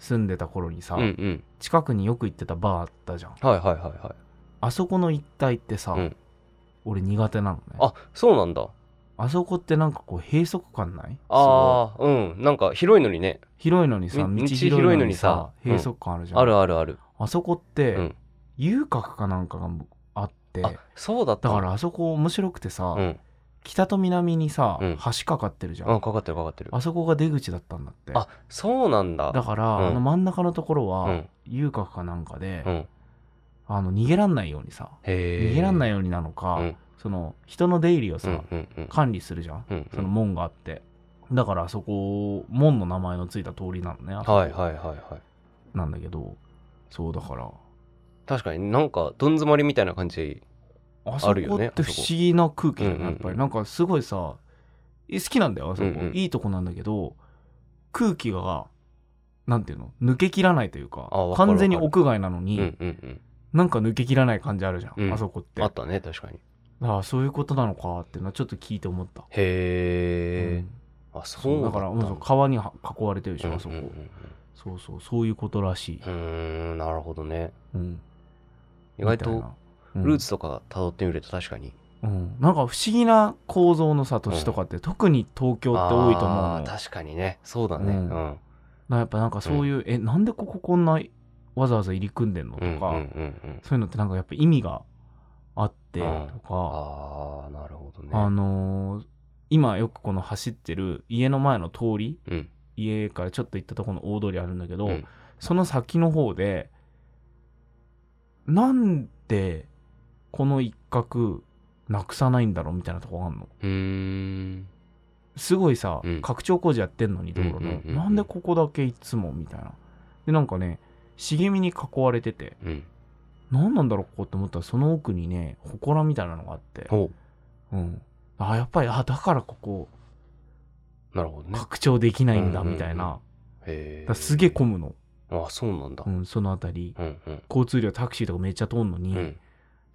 Speaker 1: 住んでた頃にさ
Speaker 3: うんうん
Speaker 1: 近くによく行ってたバーあったじゃん
Speaker 3: はいはいはいはい
Speaker 1: あそこの一帯ってさ、
Speaker 3: うん
Speaker 1: 俺苦手なのねあ
Speaker 3: あそうなんだ
Speaker 1: そこってなんかこう閉塞感ない
Speaker 3: ああうんなんか広いのにね
Speaker 1: すごい広いのにさ
Speaker 3: み
Speaker 1: 道
Speaker 3: 道
Speaker 1: 広い
Speaker 3: 広いの
Speaker 1: の
Speaker 3: に
Speaker 1: に
Speaker 3: さ
Speaker 1: さ
Speaker 3: うん
Speaker 1: 閉塞感あるじゃん、
Speaker 3: あるあるある
Speaker 1: あそこって、
Speaker 3: うん
Speaker 1: 遊郭かなんかがあって
Speaker 3: あそうだった
Speaker 1: だ
Speaker 3: の
Speaker 1: からあそこ面白くてさ、
Speaker 3: うん
Speaker 1: 北と南にさ、
Speaker 3: うん
Speaker 1: 橋かかってるじゃん、
Speaker 3: あかかってるかかってる
Speaker 1: あそこが出口だったんだって
Speaker 3: あそうなんだ
Speaker 1: だから、
Speaker 3: うん
Speaker 1: あの真ん中のところは、
Speaker 3: うん
Speaker 1: 遊郭かなんかで、
Speaker 3: うん
Speaker 1: あの逃げらんないようにさ
Speaker 3: へえ
Speaker 1: 逃げらんない
Speaker 3: よ
Speaker 1: ようになのか、
Speaker 3: うん
Speaker 1: その人の出入りをさ、
Speaker 3: うんうんうん
Speaker 1: 管理するじゃん
Speaker 3: うん
Speaker 1: その門があって。だからあそこ、門の名前のついた通りなのね。あそこ
Speaker 3: はいはいはいはい
Speaker 1: なんだけど、そうだから。
Speaker 3: 確かになんかどん詰まりみたいな感じ
Speaker 1: あそ
Speaker 3: あるよ
Speaker 1: こっ
Speaker 3: ね
Speaker 1: て不思議な空気だよ
Speaker 3: うんう
Speaker 1: ね、
Speaker 3: んう
Speaker 1: や
Speaker 3: ん
Speaker 1: っぱり。なんかすごいさ、え好きなんだよ、あそこ
Speaker 3: うんう。ん
Speaker 1: いいとこなんだけど、空気が、なんていうの抜けきらないというか
Speaker 3: あわ、かる
Speaker 1: 完全に屋外なの
Speaker 3: うん
Speaker 1: に、
Speaker 3: うんうん
Speaker 1: なんか抜けきらない感じあるじゃ
Speaker 3: うん
Speaker 1: ん、あそこって。
Speaker 3: あっ
Speaker 1: あ
Speaker 3: たね確かに
Speaker 1: あ、そういうことなのかっていうのはちょっと聞いて思った。う
Speaker 3: へえ
Speaker 1: ん
Speaker 3: あそ
Speaker 1: そううだから、うんそう川には囲われてるでしょ、あそこ
Speaker 3: う。んうん
Speaker 1: そうそう、そういうことらしい。
Speaker 3: うんうーんなるほどね
Speaker 1: うん
Speaker 3: 意外
Speaker 1: み
Speaker 3: と
Speaker 1: たいなうん
Speaker 3: ルーツとか辿ってみると確かに
Speaker 1: うん、なんか不思議な構造のさ土地とかって、特に東京って多いと思うの
Speaker 3: あ
Speaker 1: よ
Speaker 3: ー確かにねそうだねう
Speaker 1: うんん
Speaker 3: うん
Speaker 1: なやっぱなんかそういう、えなんでこここんなわざわざ入り組んでんのと
Speaker 3: う
Speaker 1: か、
Speaker 3: んうんうん
Speaker 1: そういうのってなんかやっぱ意味があってと
Speaker 3: うん
Speaker 1: か、
Speaker 3: ああなるほどね
Speaker 1: あのー今よくこの走ってる家の前の通り
Speaker 3: うん
Speaker 1: 家からちょっと行ったところの大通りあるんだけど、
Speaker 3: うん
Speaker 1: その先の方でなんでこの一角なくさないんだろうみたいなとこがあるの
Speaker 3: うーん
Speaker 1: すごいさ、
Speaker 3: うん
Speaker 1: 拡張工事やってんのに道路の、
Speaker 3: うんうんうんうん
Speaker 1: なんでここだけいつもみたいなでなんかね茂みに囲われてて
Speaker 3: うん
Speaker 1: 何なんだろうここって思ったらその奥にね祠みたいなのがあって、
Speaker 3: ほ
Speaker 1: うん、あやっぱりあだからここ
Speaker 3: うなるほどね
Speaker 1: 拡張できないんだ
Speaker 3: うんうんうん
Speaker 1: みたいな、
Speaker 3: へ
Speaker 1: だか
Speaker 3: え
Speaker 1: らすげえ混むの、
Speaker 3: あそうなんだ
Speaker 1: うん、その辺り
Speaker 3: うんうん
Speaker 1: 交通量タクシーとかめっちゃ通んのに、
Speaker 3: うん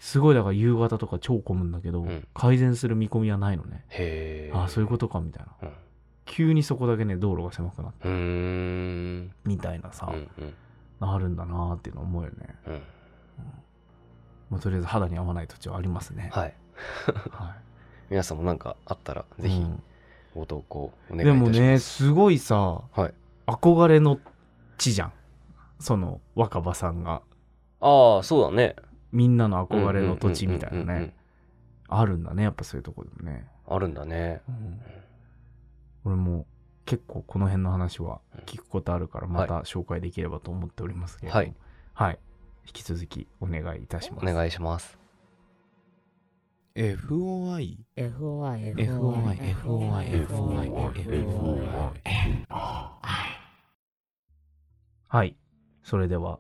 Speaker 1: すごいだから夕方とか超混むんだけど、
Speaker 3: うん
Speaker 1: 改善する見込みはないのね
Speaker 3: へえ
Speaker 1: あそういう
Speaker 3: こ
Speaker 1: ことかみたいな
Speaker 3: と
Speaker 1: 急にそこだけね道路が狭くなった
Speaker 3: うんうーん
Speaker 1: みたいなさ、
Speaker 3: うんうん
Speaker 1: あるんだなーっていうの思うよね。
Speaker 3: うん
Speaker 1: まあ、とりあえず肌に合わない土地はありますね。
Speaker 3: はい
Speaker 1: は
Speaker 3: 皆さんもなんかあったら
Speaker 1: い
Speaker 3: ぜひ
Speaker 1: うん
Speaker 3: ご投稿お願い
Speaker 1: で
Speaker 3: いたし
Speaker 1: も
Speaker 3: ます
Speaker 1: ね、すごいさ、
Speaker 3: はい
Speaker 1: 憧れの地じゃん。その若葉さんが。
Speaker 3: ああそうだね
Speaker 1: みんなの憧れの土地みたい
Speaker 3: うんうん
Speaker 1: な
Speaker 3: うんうんうん
Speaker 1: ね。あるんだね、やっぱそういうとこでもね。
Speaker 3: あるんだね
Speaker 1: 俺も結構この辺の話は聞くことあるから、また紹介できればと思っておりますけれども、
Speaker 3: はい
Speaker 1: はい引き続きお願いいたします。
Speaker 3: お願いします。
Speaker 2: FOI
Speaker 4: FOI
Speaker 2: FOI FOI FOI FOI
Speaker 1: はい。それでは、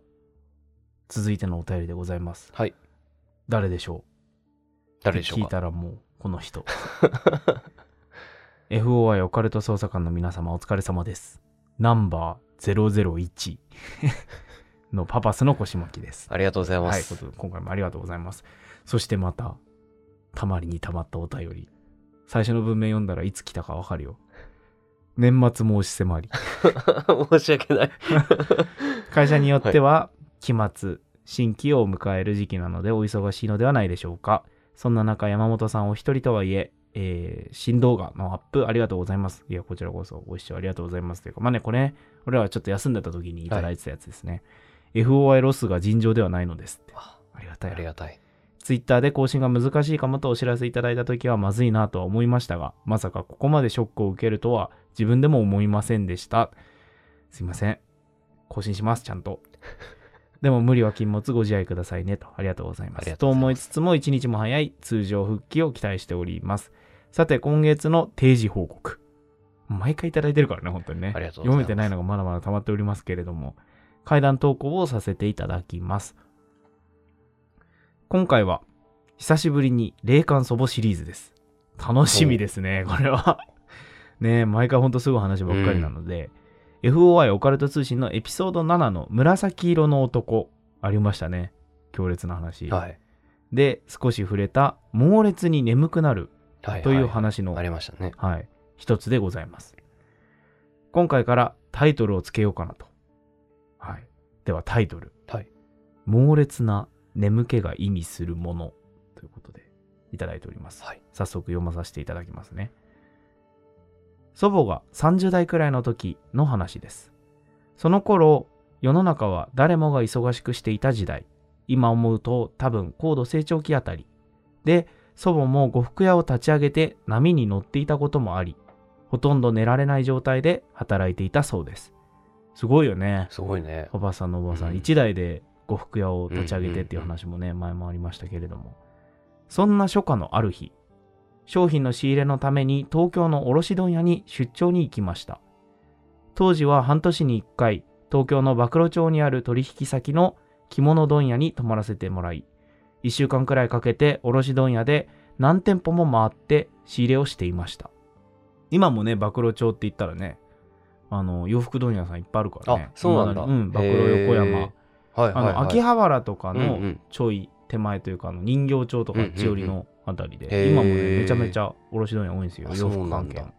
Speaker 1: 続いてのお便りでございます。
Speaker 3: はい。
Speaker 1: 誰でしょう
Speaker 3: 誰でし
Speaker 1: っ
Speaker 3: ょ
Speaker 1: て聞い
Speaker 3: うか
Speaker 1: たらもう、この人。FOI オカルト捜査官の皆様お疲れ様です。ナンバー001 のパパスの腰巻きです。
Speaker 3: ありがとうございま
Speaker 1: はい、
Speaker 3: す。
Speaker 1: こと今回もありがとうございます。そしてまた、たまりにたまったお便り。最初の文面読んだらいつ来たかわかるよ。年末も押し迫り。
Speaker 3: 申し訳ない。
Speaker 1: 会社によっては期末、新規を迎える時期なのでお忙しいのではないでしょうかそんな中山本さんお一人とはいええー新動画のアップありがとうございますいやこちらこそご視聴ありがとうございますというかまあねこれね俺らはちょっと休んでた時にいただいてたやつですね、FOI ロスが尋常ではないのですって
Speaker 3: あ
Speaker 1: ありがたい
Speaker 3: ありがたい。
Speaker 1: ツイッターで更新が難しいかもとお知らせいただいた時はまずいなとは思いましたが、まさかここまでショックを受けるとは自分でも思いませんでした。すいません。更新します、ちゃんと。 でも無理は禁物ご自愛くださいねと。ありがとうございま
Speaker 3: あり
Speaker 1: す。
Speaker 3: がと
Speaker 1: と
Speaker 3: うござい
Speaker 1: 思
Speaker 3: ま
Speaker 1: いつつも一日も早い通常復帰を期待しております。さて、今月の定時報告。毎回いただいてるからね、本当にね。
Speaker 3: ありがとうご
Speaker 1: 読
Speaker 3: ざいます
Speaker 1: めてないのがまだまだ溜まっておりますけれども、階段投稿をさせていただきます。今回は、久しぶりに霊感祖母シリーズです。楽しみですね、これは。 ねえ毎回ほんとすごい話ばっかりなので、FOI オカルト通信のエピソード7の紫色の男、ありましたね。強烈な話。
Speaker 3: はい。
Speaker 1: で、少し触れた、猛烈に眠くなる
Speaker 3: はい。
Speaker 1: という
Speaker 3: は
Speaker 1: 話の
Speaker 3: ありましたね。
Speaker 1: はい、一つでございます。今回からタイトルをつけようかなと。はい、ではタイトル、
Speaker 3: はい
Speaker 1: 猛烈な眠気が意味するものということでいただいております。
Speaker 3: はい
Speaker 1: 早速読まさせていただきますね。祖母が30代くらいの時の話です。その頃、世の中は誰もが忙しくしていた時代。今思うと多分高度成長期あたり。で、祖母も呉服屋を立ち上げて波に乗っていたこともあり、ほとんど寝られない状態で働いていたそうです。すごいよね。
Speaker 3: すごいね。
Speaker 1: おばさんのおばさ、
Speaker 3: うんん
Speaker 1: 一代で呉服屋を立ち上げてっていう話もね、前もありましたけれども。そんな初夏のある日、商品の仕入れのために東京の卸問屋に出張に行きました。当時は半年に1回、東京の馬露町にある取引先の着物問屋に泊まらせてもらい、1週間くらいかけて卸問屋で何店舗も回って仕入れをしていました。今もね、馬露町って言ったらね、あの洋服問屋さんいっぱいあるからね。
Speaker 3: あそうなんだ
Speaker 1: 未にうん、馬露横
Speaker 3: へ
Speaker 1: 山
Speaker 3: ー。はい。
Speaker 1: あ
Speaker 3: はい
Speaker 1: の
Speaker 3: はい。
Speaker 1: 秋葉原とか
Speaker 3: う
Speaker 1: の
Speaker 3: んうん
Speaker 1: ちょい手前というか、あの人形町とか千織のあたりで、
Speaker 3: うんうんうん
Speaker 1: 今も
Speaker 3: へ
Speaker 1: ね、
Speaker 3: ー
Speaker 1: めちゃめちゃ卸問屋多いんですよ、
Speaker 3: あ
Speaker 1: 洋服関
Speaker 3: そう
Speaker 1: 係
Speaker 3: なん。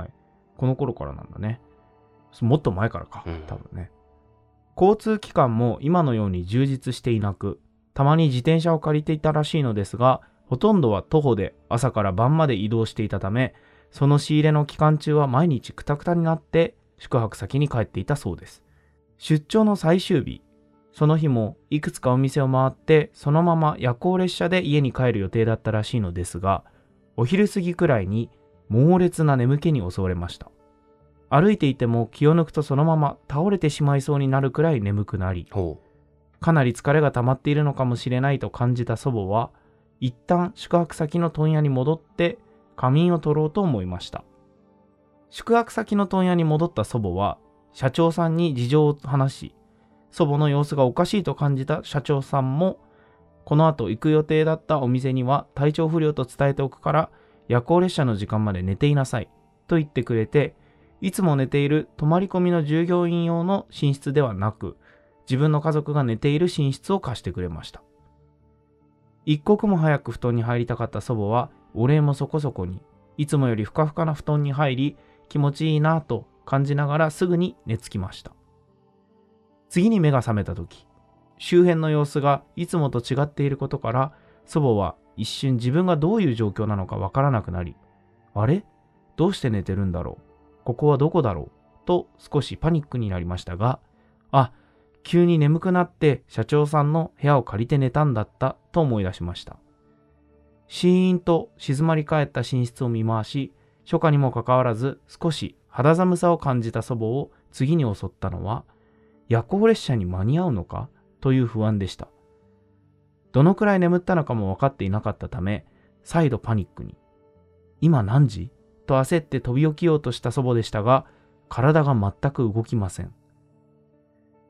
Speaker 1: はい。この頃からなんだね。もっと前からか、
Speaker 3: うん
Speaker 1: 多分ね。交通機関も今のように充実していなく、たまに自転車を借りていたらしいのですが、ほとんどは徒歩で朝から晩まで移動していたため、その仕入れの期間中は毎日クタクタになって宿泊先に帰っていたそうです。出張の最終日、その日もいくつかお店を回ってそのまま夜行列車で家に帰る予定だったらしいのですがお昼過ぎくらいに猛烈な眠気に襲われました歩いていても気を抜くとそのまま倒れてしまいそうになるくらい眠くなり
Speaker 3: ほ
Speaker 1: かなり疲れが溜まっているのかもしれないと感じた祖母は一旦宿泊先の問屋に戻って仮眠を取ろうと思いました宿泊先の問屋に戻った祖母は社長さんに事情を話し祖母の様子がおかしいと感じた社長さんもこの後行く予定だったお店には体調不良と伝えておくから夜行列車の時間まで寝ていなさいと言ってくれていつも寝ている泊まり込みの従業員用の寝室ではなく自分の家族が寝ている寝室を貸してくれました一刻も早く布団に入りたかった祖母はお礼もそこそこにいつもよりふかふかな布団に入り気持ちいいなぁと感じながらすぐに寝つきました次に目が覚めた時周辺の様子がいつもと違っていることから祖母は一瞬自分がどういう状況なのかわからなくなりあれどうして寝てるんだろうここはどこだろうと少しパニックになりましたがあ急に眠くなって社長さんの部屋を借りて寝たんだったと思い出しましたシーンと静まり返った寝室を見回し初夏にもかかわらず少し肌寒さを感じた祖母を次に襲ったのは夜行列車に間に合うのかという不安でしたどのくらい眠ったのかも分かっていなかったため再度パニックに今何時と焦って飛び起きようとした祖母でしたが体が全く動きません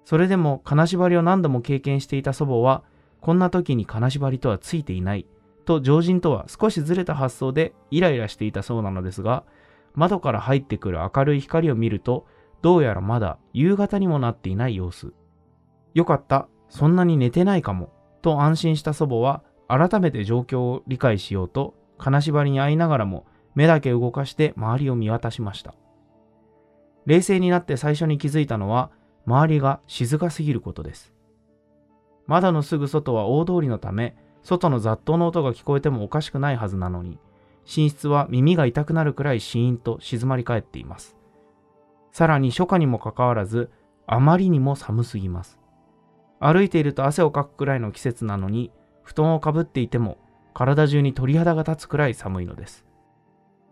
Speaker 1: それでも金縛りを何度も経験していた祖母はこんな時に金縛りとはついていないと常人とは少しずれた発想でイライラしていたそうなのですが窓から入ってくる明るい光を見るとどうやらまだ夕方にもなっていない様子よかったそんなに寝てないかもと安心した祖母は改めて状況を理解しようと金縛りに遭いながらも目だけ動かして周りを見渡しました冷静になって最初に気づいたのは周りが静かすぎることです窓のすぐ外は大通りのため外の雑踏の音が聞こえてもおかしくないはずなのに寝室は耳が痛くなるくらいシーンと静まり返っていますさらに初夏にもかかわらずあまりにも寒すぎます歩いていると汗をかくくらいの季節なのに布団をかぶっていても体中に鳥肌が立つくらい寒いのです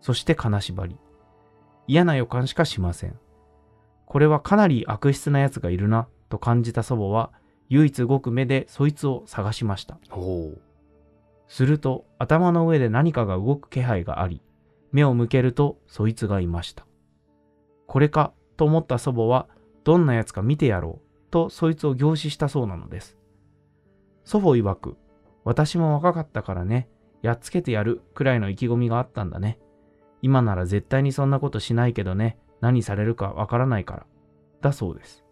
Speaker 1: そして金縛り嫌な予感しかしませんこれはかなり悪質なやつがいるなと感じた祖母は唯一動く目でそいつを探しました
Speaker 3: おう
Speaker 1: すると頭の上で何かが動く気配があり目を向けるとそいつがいましたこれかと思った祖母はどんなやつか見てやろうとそいつを凝視したそうなのです祖母曰く私も若かったからねやっつけてやるくらいの意気込みがあったんだね今なら絶対にそんなことしないけどね何されるかわからないからだそうです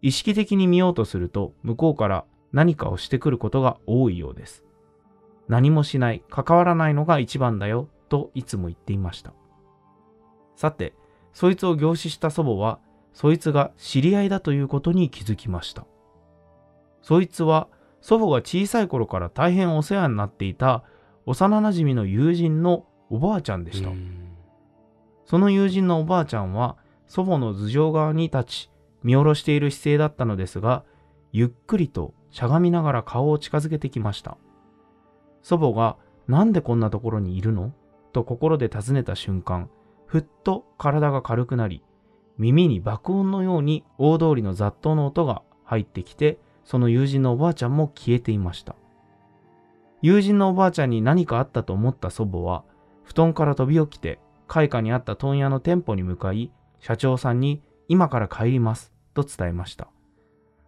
Speaker 1: 意識的に見ようとすると向こうから何かをしてくることが多いようです何もしない関わらないのが一番だよといつも言っていましたさてそいつを凝視した祖母はそいつが知り合いだということに気づきましたそいつは祖母が小さい頃から大変お世話になっていた幼なじみの友人のおばあちゃんでした、
Speaker 3: うん
Speaker 1: その友人のおばあちゃんは祖母の頭上側に立ち見下ろしている姿勢だったのですがゆっくりとしゃがみながら顔を近づけてきました祖母が「なんでこんなところにいるの?」と心で尋ねた瞬間ふっと体が軽くなり耳に爆音のように大通りの雑踏の音が入ってきてその友人のおばあちゃんも消えていました友人のおばあちゃんに何かあったと思った祖母は布団から飛び起きて開花にあった問屋の店舗に向かい社長さんに「今から帰ります」と伝えました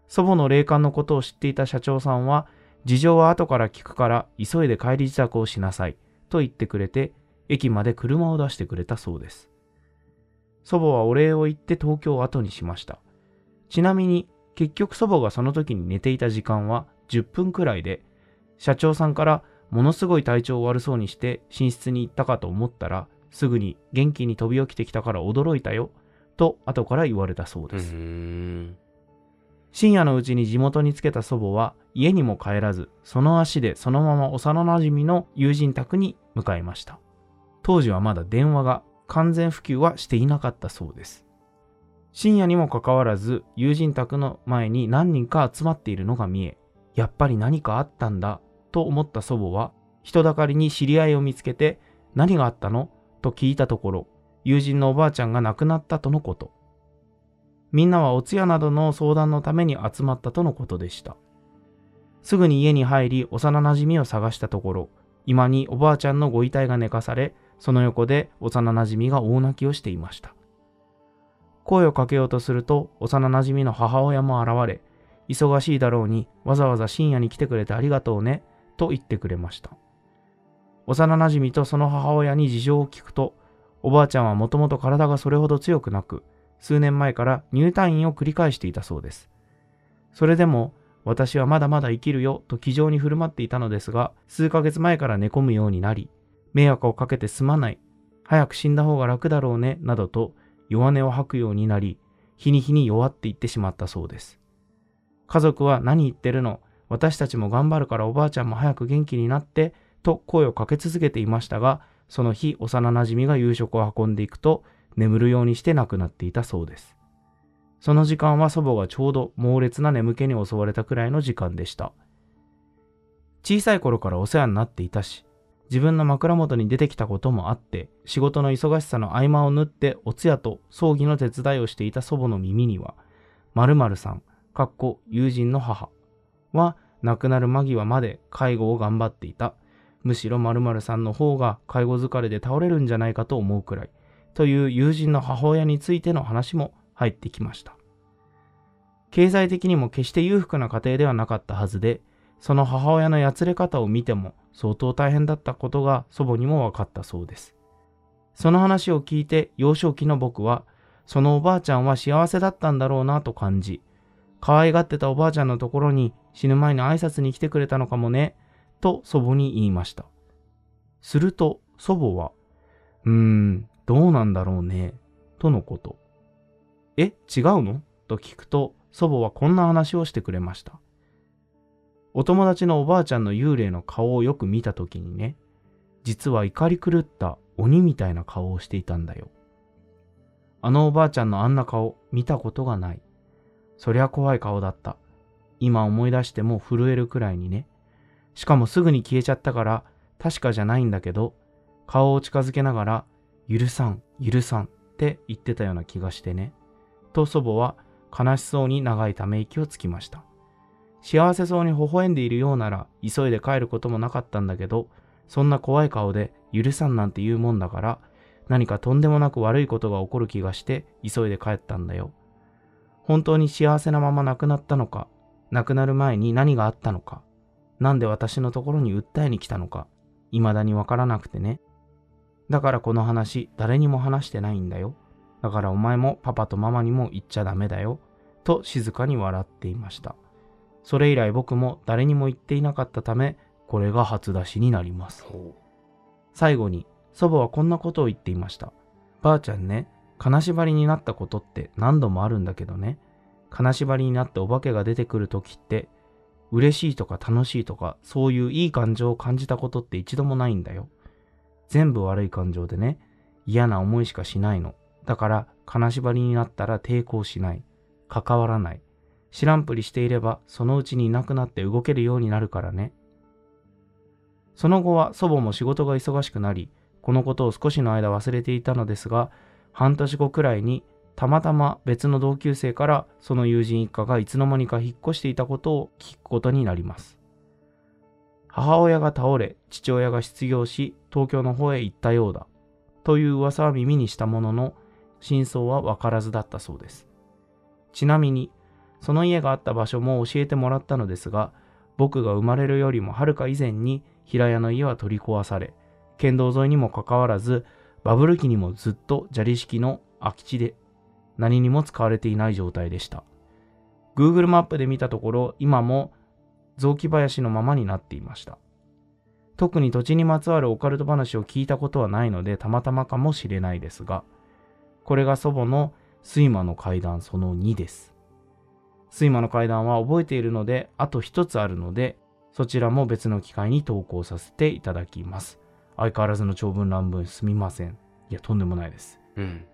Speaker 1: 祖母の霊感のことを知っていた社長さんは「事情は後から聞くから急いで帰り自宅をしなさい」と言ってくれて駅まで車を出してくれたそうです祖母はお礼を言って東京を後にしましたちなみに結局祖母がその時に寝ていた時間は10分くらいで社長さんからものすごい体調を悪そうにして寝室に行ったかと思ったらすぐに元気に飛び起きてきたから驚いたよと後から言われたそう
Speaker 3: う
Speaker 1: です、
Speaker 3: ん
Speaker 1: 深夜のうちに地元につけた祖母は家にも帰らずその足でそのまま幼なじみの友人宅に向かいました当時はまだ電話が完全普及はしていなかったそうです深夜にもかかわらず友人宅の前に何人か集まっているのが見えやっぱり何かあったんだと思った祖母は人だかりに知り合いを見つけて何があったのと聞いたところ友人のおばあちゃんが亡くなったとのことみんなはお通夜などの相談のために集まったとのことでした。すぐに家に入り、幼なじみを探したところ、今におばあちゃんのご遺体が寝かされ、その横で幼なじみが大泣きをしていました。声をかけようとすると、幼なじみの母親も現れ、忙しいだろうに、わざわざ深夜に来てくれてありがとうね、と言ってくれました。幼なじみとその母親に事情を聞くと、おばあちゃんはもともと体がそれほど強くなく、数年前から入退院を繰り返していたそうです。それでも、私はまだまだ生きるよと気丈に振る舞っていたのですが、数ヶ月前から寝込むようになり、迷惑をかけてすまない、早く死んだ方が楽だろうね、などと弱音を吐くようになり、日に日に弱っていってしまったそうです。家族は何言ってるの、私たちも頑張るからおばあちゃんも早く元気になって、と声をかけ続けていましたが、その日、幼なじみが夕食を運んでいくと、眠るようにして亡くなっていたそうです。その時間は祖母がちょうど猛烈な眠気に襲われたくらいの時間でした。小さい頃からお世話になっていたし、自分の枕元に出てきたこともあって仕事の忙しさの合間を縫ってお通夜と葬儀の手伝いをしていた祖母の耳には〇〇さんかっこ友人の母は亡くなる間際まで介護を頑張っていたむしろ〇〇さんの方が介護疲れで倒れるんじゃないかと思うくらいという友人の母親についての話も入ってきました経済的にも決して裕福な家庭ではなかったはずでその母親のやつれ方を見ても相当大変だったことが祖母にも分かったそうですその話を聞いて幼少期の僕はそのおばあちゃんは幸せだったんだろうなと感じ可愛がってたおばあちゃんのところに死ぬ前に挨拶に来てくれたのかもねと祖母に言いましたすると祖母は「うーんどうなんだろうね」とのこと「え違うの?」と聞くと祖母はこんな話をしてくれましたお友達のおばあちゃんの幽霊の顔をよく見た時にね実は怒り狂った鬼みたいな顔をしていたんだよあのおばあちゃんのあんな顔見たことがないそりゃ怖い顔だった今思い出しても震えるくらいにねしかもすぐに消えちゃったから確かじゃないんだけど顔を近づけながら「許さん許さん」って言ってたような気がしてねと祖母は悲しそうに長いため息をつきました幸せそうに微笑んでいるようなら急いで帰ることもなかったんだけどそんな怖い顔で許さんなんて言うもんだから何かとんでもなく悪いことが起こる気がして急いで帰ったんだよ本当に幸せなまま亡くなったのか亡くなる前に何があったのかなんで私のところに訴えに来たのか未だにわからなくてねだからこの話誰にも話してないんだよだからお前もパパとママにも言っちゃダメだよと静かに笑っていましたそれ以来僕も誰にも言っていなかったためこれが初出しになります
Speaker 3: ほ
Speaker 1: 最後に祖母はこんなことを言っていましたばあちゃんね金縛りになったことって何度もあるんだけどね金縛りになってお化けが出てくる時って嬉しいとか楽しいとかそういういい感情を感じたことって一度もないんだよ全部悪い感情でね嫌な思いしかしないのだから金縛りになったら抵抗しない関わらない知らんぷりしていればそのうちにいなくなって動けるようになるからねその後は祖母も仕事が忙しくなりこのことを少しの間忘れていたのですが半年後くらいにたまたま別の同級生からその友人一家がいつの間にか引っ越していたことを聞くことになります母親が倒れ父親が失業し東京の方へ行ったようだという噂は耳にしたものの真相は分からずだったそうですちなみにその家があった場所も教えてもらったのですが僕が生まれるよりもはるか以前に平屋の家は取り壊され県道沿いにもかかわらずバブル期にもずっと砂利式の空き地で何にも使われていない状態でした Google マップで見たところ今も雑木林のままになっていました特に土地にまつわるオカルト話を聞いたことはないのでたまたまかもしれないですがこれが祖母の睡魔の階段その2です睡魔の階段は覚えているのであと一つあるのでそちらも別の機会に投稿させていただきます相変わらずの長文乱文すみませんいやとんでもないです
Speaker 3: う。うん。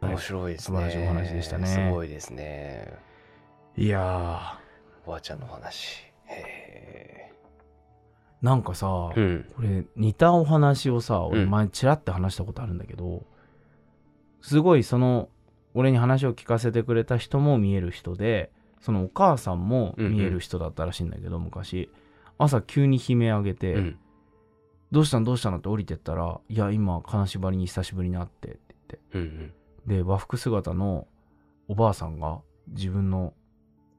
Speaker 1: はい
Speaker 3: 面白いですね。
Speaker 1: 素晴らしいお話でしたね
Speaker 3: すごいですね。
Speaker 1: いや
Speaker 3: おばあちゃんの話。へ
Speaker 1: ーなんかさ、
Speaker 3: え。うん。
Speaker 1: これ似たお話をさ俺
Speaker 3: うん
Speaker 1: 前ちらって話したことあるんだけど、すごいその俺に話を聞かせてくれた人も見える人でそのお母さんも見える人だったらしいんだけど、昔朝急に悲鳴上げて、
Speaker 3: うん。
Speaker 1: どうしたのどうしたのって降りてったら「いや今金縛りに久しぶりに会って」って言って
Speaker 3: うん。
Speaker 1: で和服姿のおばあさんが自分の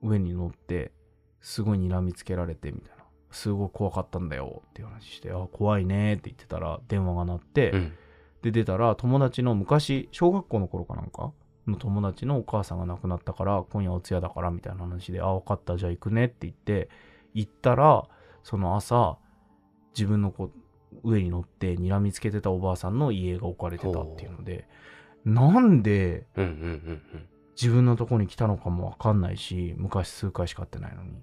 Speaker 1: 上に乗ってすごい睨みつけられてみたいなすごい怖かったんだよっていう話して「あ怖いね」って言ってたら電話が鳴って、
Speaker 3: うん。
Speaker 1: で出たら友達の昔小学校の頃かなんかの友達のお母さんが亡くなったから今夜お通夜だからみたいな話で「あ分かったじゃあ行くね」って言って行ったらその朝自分のこ上に乗って睨みつけてたおばあさんの家が置かれてたっていうのでなんで
Speaker 3: うん。うん。うん。
Speaker 1: 自分のとこに来たのかも分かんないし昔数回しか会ってないのに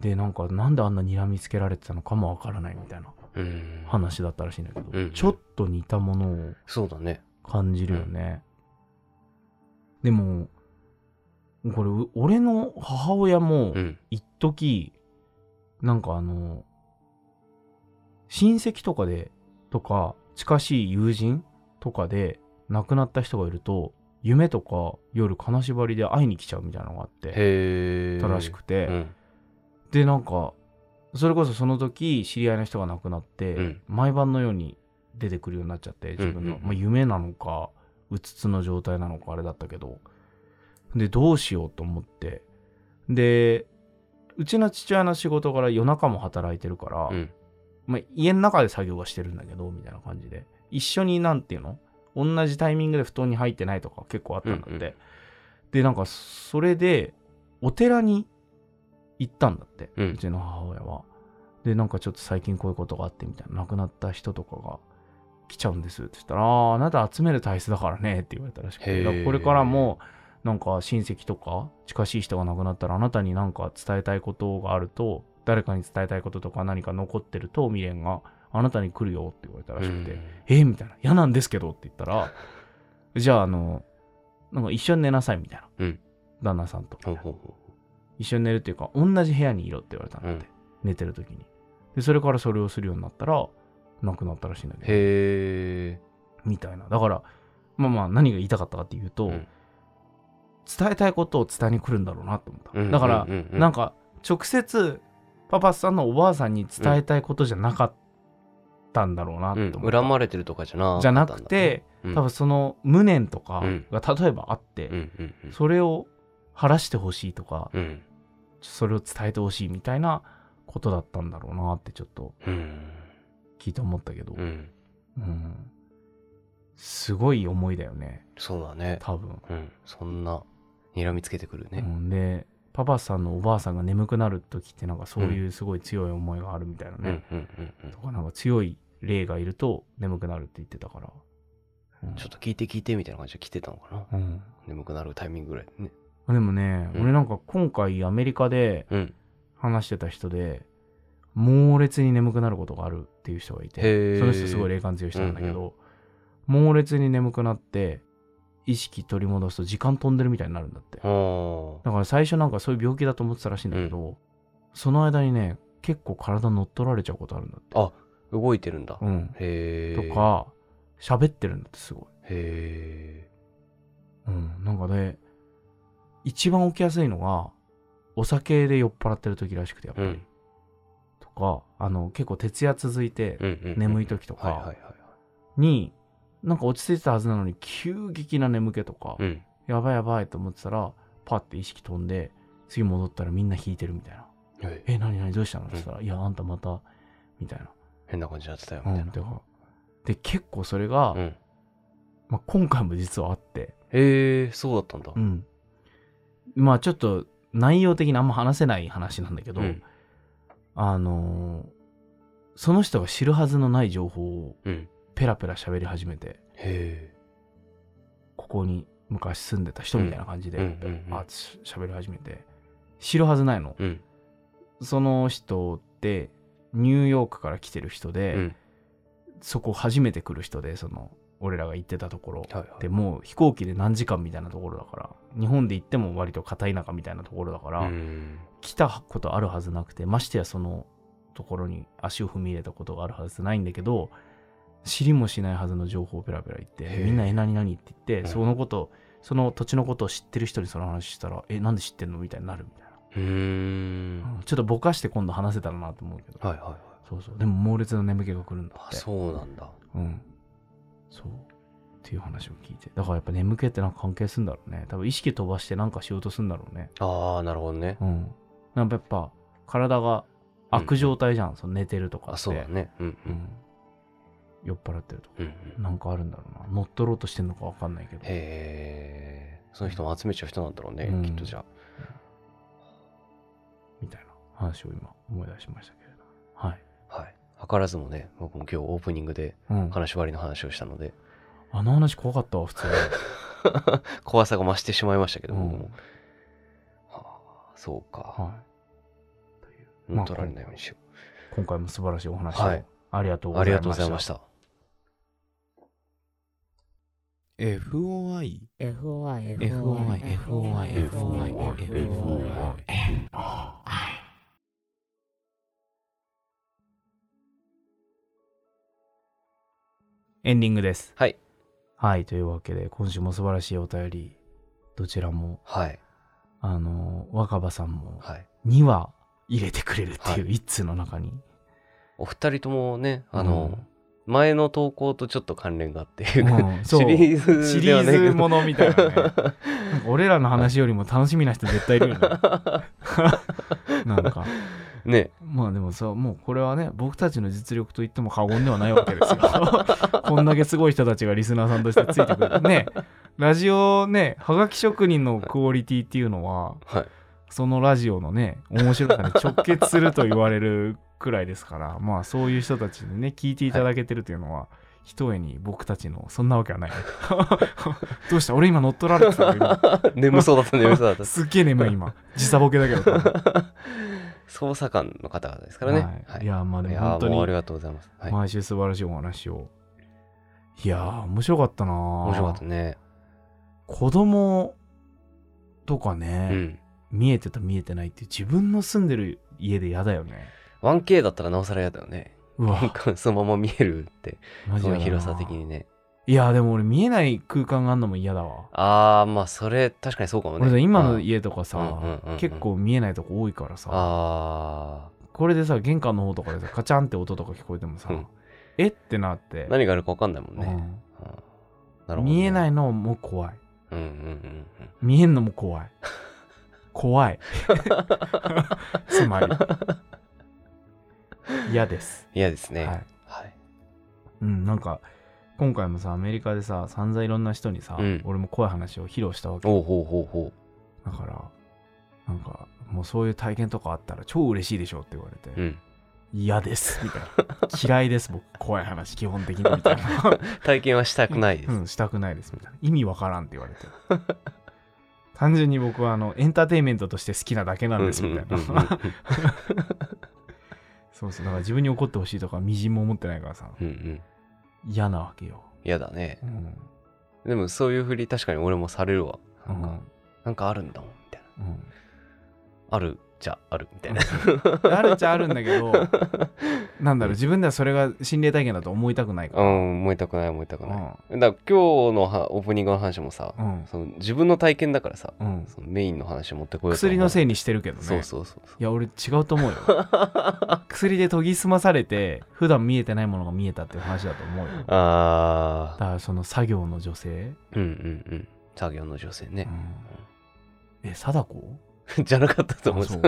Speaker 1: でなんかなんであんな睨みつけられてたのかも分からないみたいな
Speaker 3: うん。うん。
Speaker 1: 話だったらしいんだけど、
Speaker 3: うん
Speaker 1: ちょっと似たものを
Speaker 3: そうだね。
Speaker 1: 感じるよね、でもこれう俺の母親も
Speaker 3: うん。
Speaker 1: 一時なんかあの親戚とかでとか近しい友人とかで亡くなった人がいると夢とか夜金縛りで会いに来ちゃうみたいなのがあって
Speaker 3: へえ。
Speaker 1: たらしくて、
Speaker 3: うん。
Speaker 1: でなんかそれこそその時知り合いの人が亡くなって、
Speaker 3: うん
Speaker 1: 毎晩のように出てくるようになっちゃって自分の、
Speaker 3: うんうんうん
Speaker 1: まあ、夢なのかうつつの状態なのかあれだったけどでどうしようと思ってでうちの父親の仕事から夜中も働いてるから、
Speaker 3: うん。
Speaker 1: まあ、家の中で作業はしてるんだけどみたいな感じで一緒になんていうの同じタイミングで布団に入ってないとか結構あったんだって、
Speaker 3: うんうん
Speaker 1: でなんかそれでお寺に行ったんだって、
Speaker 3: う
Speaker 1: うんちの母親はでなんかちょっと最近こういうことがあってみたいな亡くなった人とかが来ちゃうんですって言ったら「あーあなた集める体質だからね」って言われたらしく
Speaker 3: へ
Speaker 1: て
Speaker 3: ー
Speaker 1: だからこれからもなんか親戚とか近しい人が亡くなったらあなたに何か伝えたいことがあると誰かに伝えたいこととか何か残ってると未練があなたに来るよって言われたらしくて、えみたいな嫌なんですけどって言った らじゃああのなんか一緒に寝なさいみたいな、
Speaker 3: うん
Speaker 1: 旦那さんと
Speaker 3: ほうほうほ
Speaker 1: 一緒に寝るっていうか同じ部屋にいろって言われたので、
Speaker 3: うん
Speaker 1: 寝てる時にでそれからそれをするようになったら亡くなったらしいんだ
Speaker 3: う
Speaker 1: けど
Speaker 3: へえ。
Speaker 1: みたいなだからまあまあ何が言いたかったかっていうと、
Speaker 3: うん
Speaker 1: 伝えたいことを伝えに来るんだろうなと思った、
Speaker 3: うん
Speaker 1: だから、
Speaker 3: うんうんうん
Speaker 1: なんか直接パパさんのおばあさんに伝えたいことじゃなかったんだろうなと
Speaker 3: う
Speaker 1: 思っ
Speaker 3: ん
Speaker 1: た、
Speaker 3: 恨まれてるとかじゃな
Speaker 1: じゃなくて、
Speaker 3: うん
Speaker 1: 多分その無念とか
Speaker 3: うん
Speaker 1: が例えばあって、
Speaker 3: うんうんうん
Speaker 1: それを晴らしてほしいとか、
Speaker 3: うん
Speaker 1: それを伝えてほしいみたいなことだったんだろうなってちょっと
Speaker 3: うん
Speaker 1: 聞いて思ったけど、
Speaker 3: うん
Speaker 1: うんすごい思いだよね
Speaker 3: そうだね
Speaker 1: 多分。
Speaker 3: うんそんな睨みつけてくるね
Speaker 1: うん、でパパさんのおばあさんが眠くなる時ってなんかそういうすごい強い思いがあるみたいな
Speaker 3: うん
Speaker 1: ね、
Speaker 3: うんうんうん
Speaker 1: とかなんか強い霊がいると眠くなるって言ってたから、うん
Speaker 3: ちょっと聞いて聞いてみたいな感じで来てたのかな
Speaker 1: うん
Speaker 3: 眠くなるタイミングぐらいでね
Speaker 1: でもね、
Speaker 3: うん
Speaker 1: 俺なんか今回アメリカで
Speaker 3: うん
Speaker 1: 話してた人で猛烈に眠くなることがあるっていう人がいて
Speaker 3: へえ
Speaker 1: その人すごい霊感強い人なんだけど、猛烈に眠くなって意識取り戻すと時間飛んでるみたいになるんだって
Speaker 3: あー
Speaker 1: だから最初なんかそういう病気だと思ってたらしいんだけど、その間にね結構体乗っ取られちゃうことあるんだって
Speaker 3: あ動いてるんだ
Speaker 1: うん
Speaker 3: へえ
Speaker 1: とか喋ってるんだってすごい、
Speaker 3: へ
Speaker 1: うん、なんかね一番起きやすいのがお酒で酔っ払ってる時らしくてやっ
Speaker 3: え
Speaker 1: ぱり、とかあの結構徹夜続いて眠い時と
Speaker 3: はいはいは
Speaker 1: か
Speaker 3: い
Speaker 1: に、なんか落ち着いてたはずなのに急激な眠気とか、
Speaker 3: うん
Speaker 1: やばいやばいと思ってたらパッて意識飛んで次戻ったらみんな引いてるみたいな
Speaker 3: はい
Speaker 1: え、何何どうしたのって言ったら、いや、あんたまた、みたいな。
Speaker 3: 変な感じになってたよ
Speaker 1: う
Speaker 3: みたい
Speaker 1: ん、てか。で、結構それが、
Speaker 3: なうん
Speaker 1: まあ、今回も実はあって、
Speaker 3: へえそうだったんだ
Speaker 1: うん。まあ、ちょっと、内容的にあんま話せない話なんだけど、
Speaker 3: うん
Speaker 1: あのーその人が知るはずのない情報を
Speaker 3: うん
Speaker 1: ペラペラ喋り始めて、
Speaker 3: へ
Speaker 1: ここに昔住んでた人みたいな感じで、
Speaker 3: うんうんうんうん
Speaker 1: あし喋り始めて、知るはずないの。
Speaker 3: えうん
Speaker 1: その人って、ニューヨークから来てる人で、
Speaker 3: うん
Speaker 1: そこ初めて来る人でその俺らが行ってたところ
Speaker 3: はいはい
Speaker 1: でもう飛行機で何時間みたいなところだから日本で行っても割と片田舎みたいなところだから、
Speaker 3: うん
Speaker 1: 来たことあるはずなくてましてやそのところに足を踏み入れたことがあるはずないんだけど知りもしないはずの情報をペラペラ言って
Speaker 3: へえ
Speaker 1: みんな「え何何?」って言っ
Speaker 3: うん
Speaker 1: てそのことその土地のことを知ってる人にその話したら「えなんで知ってんの?」みたいになるみたいう
Speaker 3: ーん
Speaker 1: な、うんちょっとぼかして今度話せたらなと思うけど
Speaker 3: はいはいはい
Speaker 1: そうそうでも猛烈な眠気が来るんだっ
Speaker 3: あ
Speaker 1: て
Speaker 3: そうなんだ
Speaker 1: うん。そう。っていう話を聞いて。だからやっぱ眠気ってなんか関係するんだろうね。多分意識飛ばしてなんかしようとするんだろうね。
Speaker 3: ああなるほどね
Speaker 1: うん。なんかやっぱ体が悪状態じゃん。その寝てるとかって。
Speaker 3: あそうだねうん
Speaker 1: う
Speaker 3: うん
Speaker 1: ん。酔っ払ってるとか。
Speaker 3: うんうん
Speaker 1: なんかあるんだろうな。乗っ取ろうとしてんのかわかんないけど。
Speaker 3: へえその人も集めちゃう人なんだろうね、
Speaker 1: うん
Speaker 3: きっとじゃあ
Speaker 1: みたいな話を今思い出しましたけれど。はい。
Speaker 3: はい図らずもね僕も今日オープニングで
Speaker 1: うん。
Speaker 3: 金縛りの話をしたので
Speaker 1: あの話怖かったわ、普通に。
Speaker 3: 怖さが増してしまいましたけど、
Speaker 1: う
Speaker 3: 僕
Speaker 1: ん
Speaker 3: もはあそうか
Speaker 1: は
Speaker 3: 乗っ取られないようにしよ
Speaker 1: い。今回も素晴らしいお話を、
Speaker 3: はい
Speaker 1: ありがとう
Speaker 3: う、
Speaker 1: ございました。
Speaker 3: ありがとうございました
Speaker 2: FOI
Speaker 4: FOI
Speaker 2: FOI
Speaker 4: FOI
Speaker 2: FOI
Speaker 4: FOI
Speaker 2: FOI
Speaker 4: FOI
Speaker 2: FOI
Speaker 1: エンディングです。
Speaker 3: はい。
Speaker 1: はい、というわけで、今週も素晴らしいお便り、どちらも、
Speaker 3: はい。
Speaker 1: あの、若葉さんも
Speaker 3: はい。
Speaker 1: 2話入れてくれるってい
Speaker 3: は
Speaker 1: う一通の中に。
Speaker 3: お二人ともね、あ
Speaker 1: う
Speaker 3: の、
Speaker 1: ん
Speaker 3: 前の投稿とちょっと関連があって いう
Speaker 1: う
Speaker 3: か、
Speaker 1: んそう
Speaker 3: シリーズ
Speaker 1: シリ
Speaker 3: ではないけど
Speaker 1: ーズものみたいなね。 なんか俺らの話よりも楽しみな人絶対いる よね。なんか、
Speaker 3: ね、
Speaker 1: まあでもさ、もうこれはね、僕たちの実力と言っても過言ではないわけですよ。 こんだけすごい人たちがリスナーさんとしてついてくる。ね、ラジオね、はがき職人のクオリティっていうのは、
Speaker 3: はい。
Speaker 1: そのラジオのね、面白さに直結すると言われるくらいですから、 まあそういう人たちにね、聞いていただけてるというのは、ひとえに僕たちの、そんなわけはない。 どうした俺今乗っ取られてた よ
Speaker 3: 眠そうだった、眠そうだ
Speaker 1: 今
Speaker 3: っ
Speaker 1: すっげえ眠い今。時差ボケだけ ど。
Speaker 3: た。捜査官の方々ですからね。
Speaker 1: はい、い
Speaker 3: い
Speaker 1: や、まあでも
Speaker 3: や
Speaker 1: 本当
Speaker 3: もう
Speaker 1: に
Speaker 3: あり、がとうございます。はい。
Speaker 1: 毎週素晴らしいお話を。いやー、面白かったな面
Speaker 3: 面白かったね。
Speaker 1: 子供とか
Speaker 3: う
Speaker 1: ね、
Speaker 3: ん。
Speaker 1: 見えてた見えてないって自分の住んでる家で嫌だよね。
Speaker 3: 1K だったらなおさら嫌だよね。
Speaker 1: う
Speaker 3: なん
Speaker 1: わ、
Speaker 3: かそのまま見えるって、
Speaker 1: マジ
Speaker 3: そ
Speaker 1: で
Speaker 3: の広さ的にね。
Speaker 1: いやでも俺見えない空間があんのも嫌だわ。
Speaker 3: あー、まあそれ、確かにそうかもね。
Speaker 1: 俺さ今の
Speaker 3: うん
Speaker 1: 家とかさ、
Speaker 3: うんうんうんうん
Speaker 1: 結構見えないとこ多いからさ
Speaker 3: あ
Speaker 1: これでさ玄関の方とかでさカチャンって音とか聞こえてもさ、
Speaker 3: うん
Speaker 1: えってなって
Speaker 3: ー、、何があるか分かんないもんね。うんな
Speaker 1: う
Speaker 3: るほどね
Speaker 1: ん見えないのも怖い
Speaker 3: うんうんうんうん。
Speaker 1: 見えんのも怖い怖いつまり嫌です、
Speaker 3: 嫌ですね。
Speaker 1: はい
Speaker 3: はい。
Speaker 1: うん、なんか今回もさアメリカでさ散々いろんな人にさ、
Speaker 3: うん
Speaker 1: 俺も怖い話を披露したわけ
Speaker 3: おうほうほうほ
Speaker 1: だからなんかもうそういう体験とかあったら超嬉しいでしょって言われて、
Speaker 3: う。うん。
Speaker 1: 嫌ですみたい な嫌いです僕怖い話基本的にみたいな、
Speaker 3: 体験はしたくないです。
Speaker 1: うん、したくないですみたいな意味わからんって言われて単純に僕はあのエンターテインメントとして好きなだけなんですみたい
Speaker 3: うんうんうんうん
Speaker 1: な そうそうだから自分に怒ってほしいとかみじんも思ってないからさ
Speaker 3: うんうん。
Speaker 1: 嫌なわけよ、
Speaker 3: 嫌だね
Speaker 1: う。ん
Speaker 3: でもそういうふり確かに俺もされるわ。なんか、なんかあるんだもん、みたいな。
Speaker 1: うん
Speaker 3: あるじゃある、みたいな。
Speaker 1: うん、あるっちゃあるんだ けどなんだろう自分ではそれが心霊体験だと思いたくないか
Speaker 3: うん、燃えたくない、燃えたく
Speaker 1: ら、
Speaker 3: ない。だから今日のはオープニングの話もさ、
Speaker 1: うんうん
Speaker 3: その自分の体験だからさ、
Speaker 1: うん、
Speaker 3: そのメインの話持ってこようと思
Speaker 1: 薬のせ
Speaker 3: い
Speaker 1: いにしてるけどね
Speaker 3: そうそうそうそう。
Speaker 1: いや俺違うと 思うよ薬で研ぎ澄まされて普段見えてないものが見えたっていう話だと思うよだ
Speaker 3: あ
Speaker 1: からその作業の女性、
Speaker 3: ー、うんうんうん。作業の女性
Speaker 1: う
Speaker 3: ね。
Speaker 1: ん、え貞子
Speaker 3: じゃなかったと思う
Speaker 1: あそう。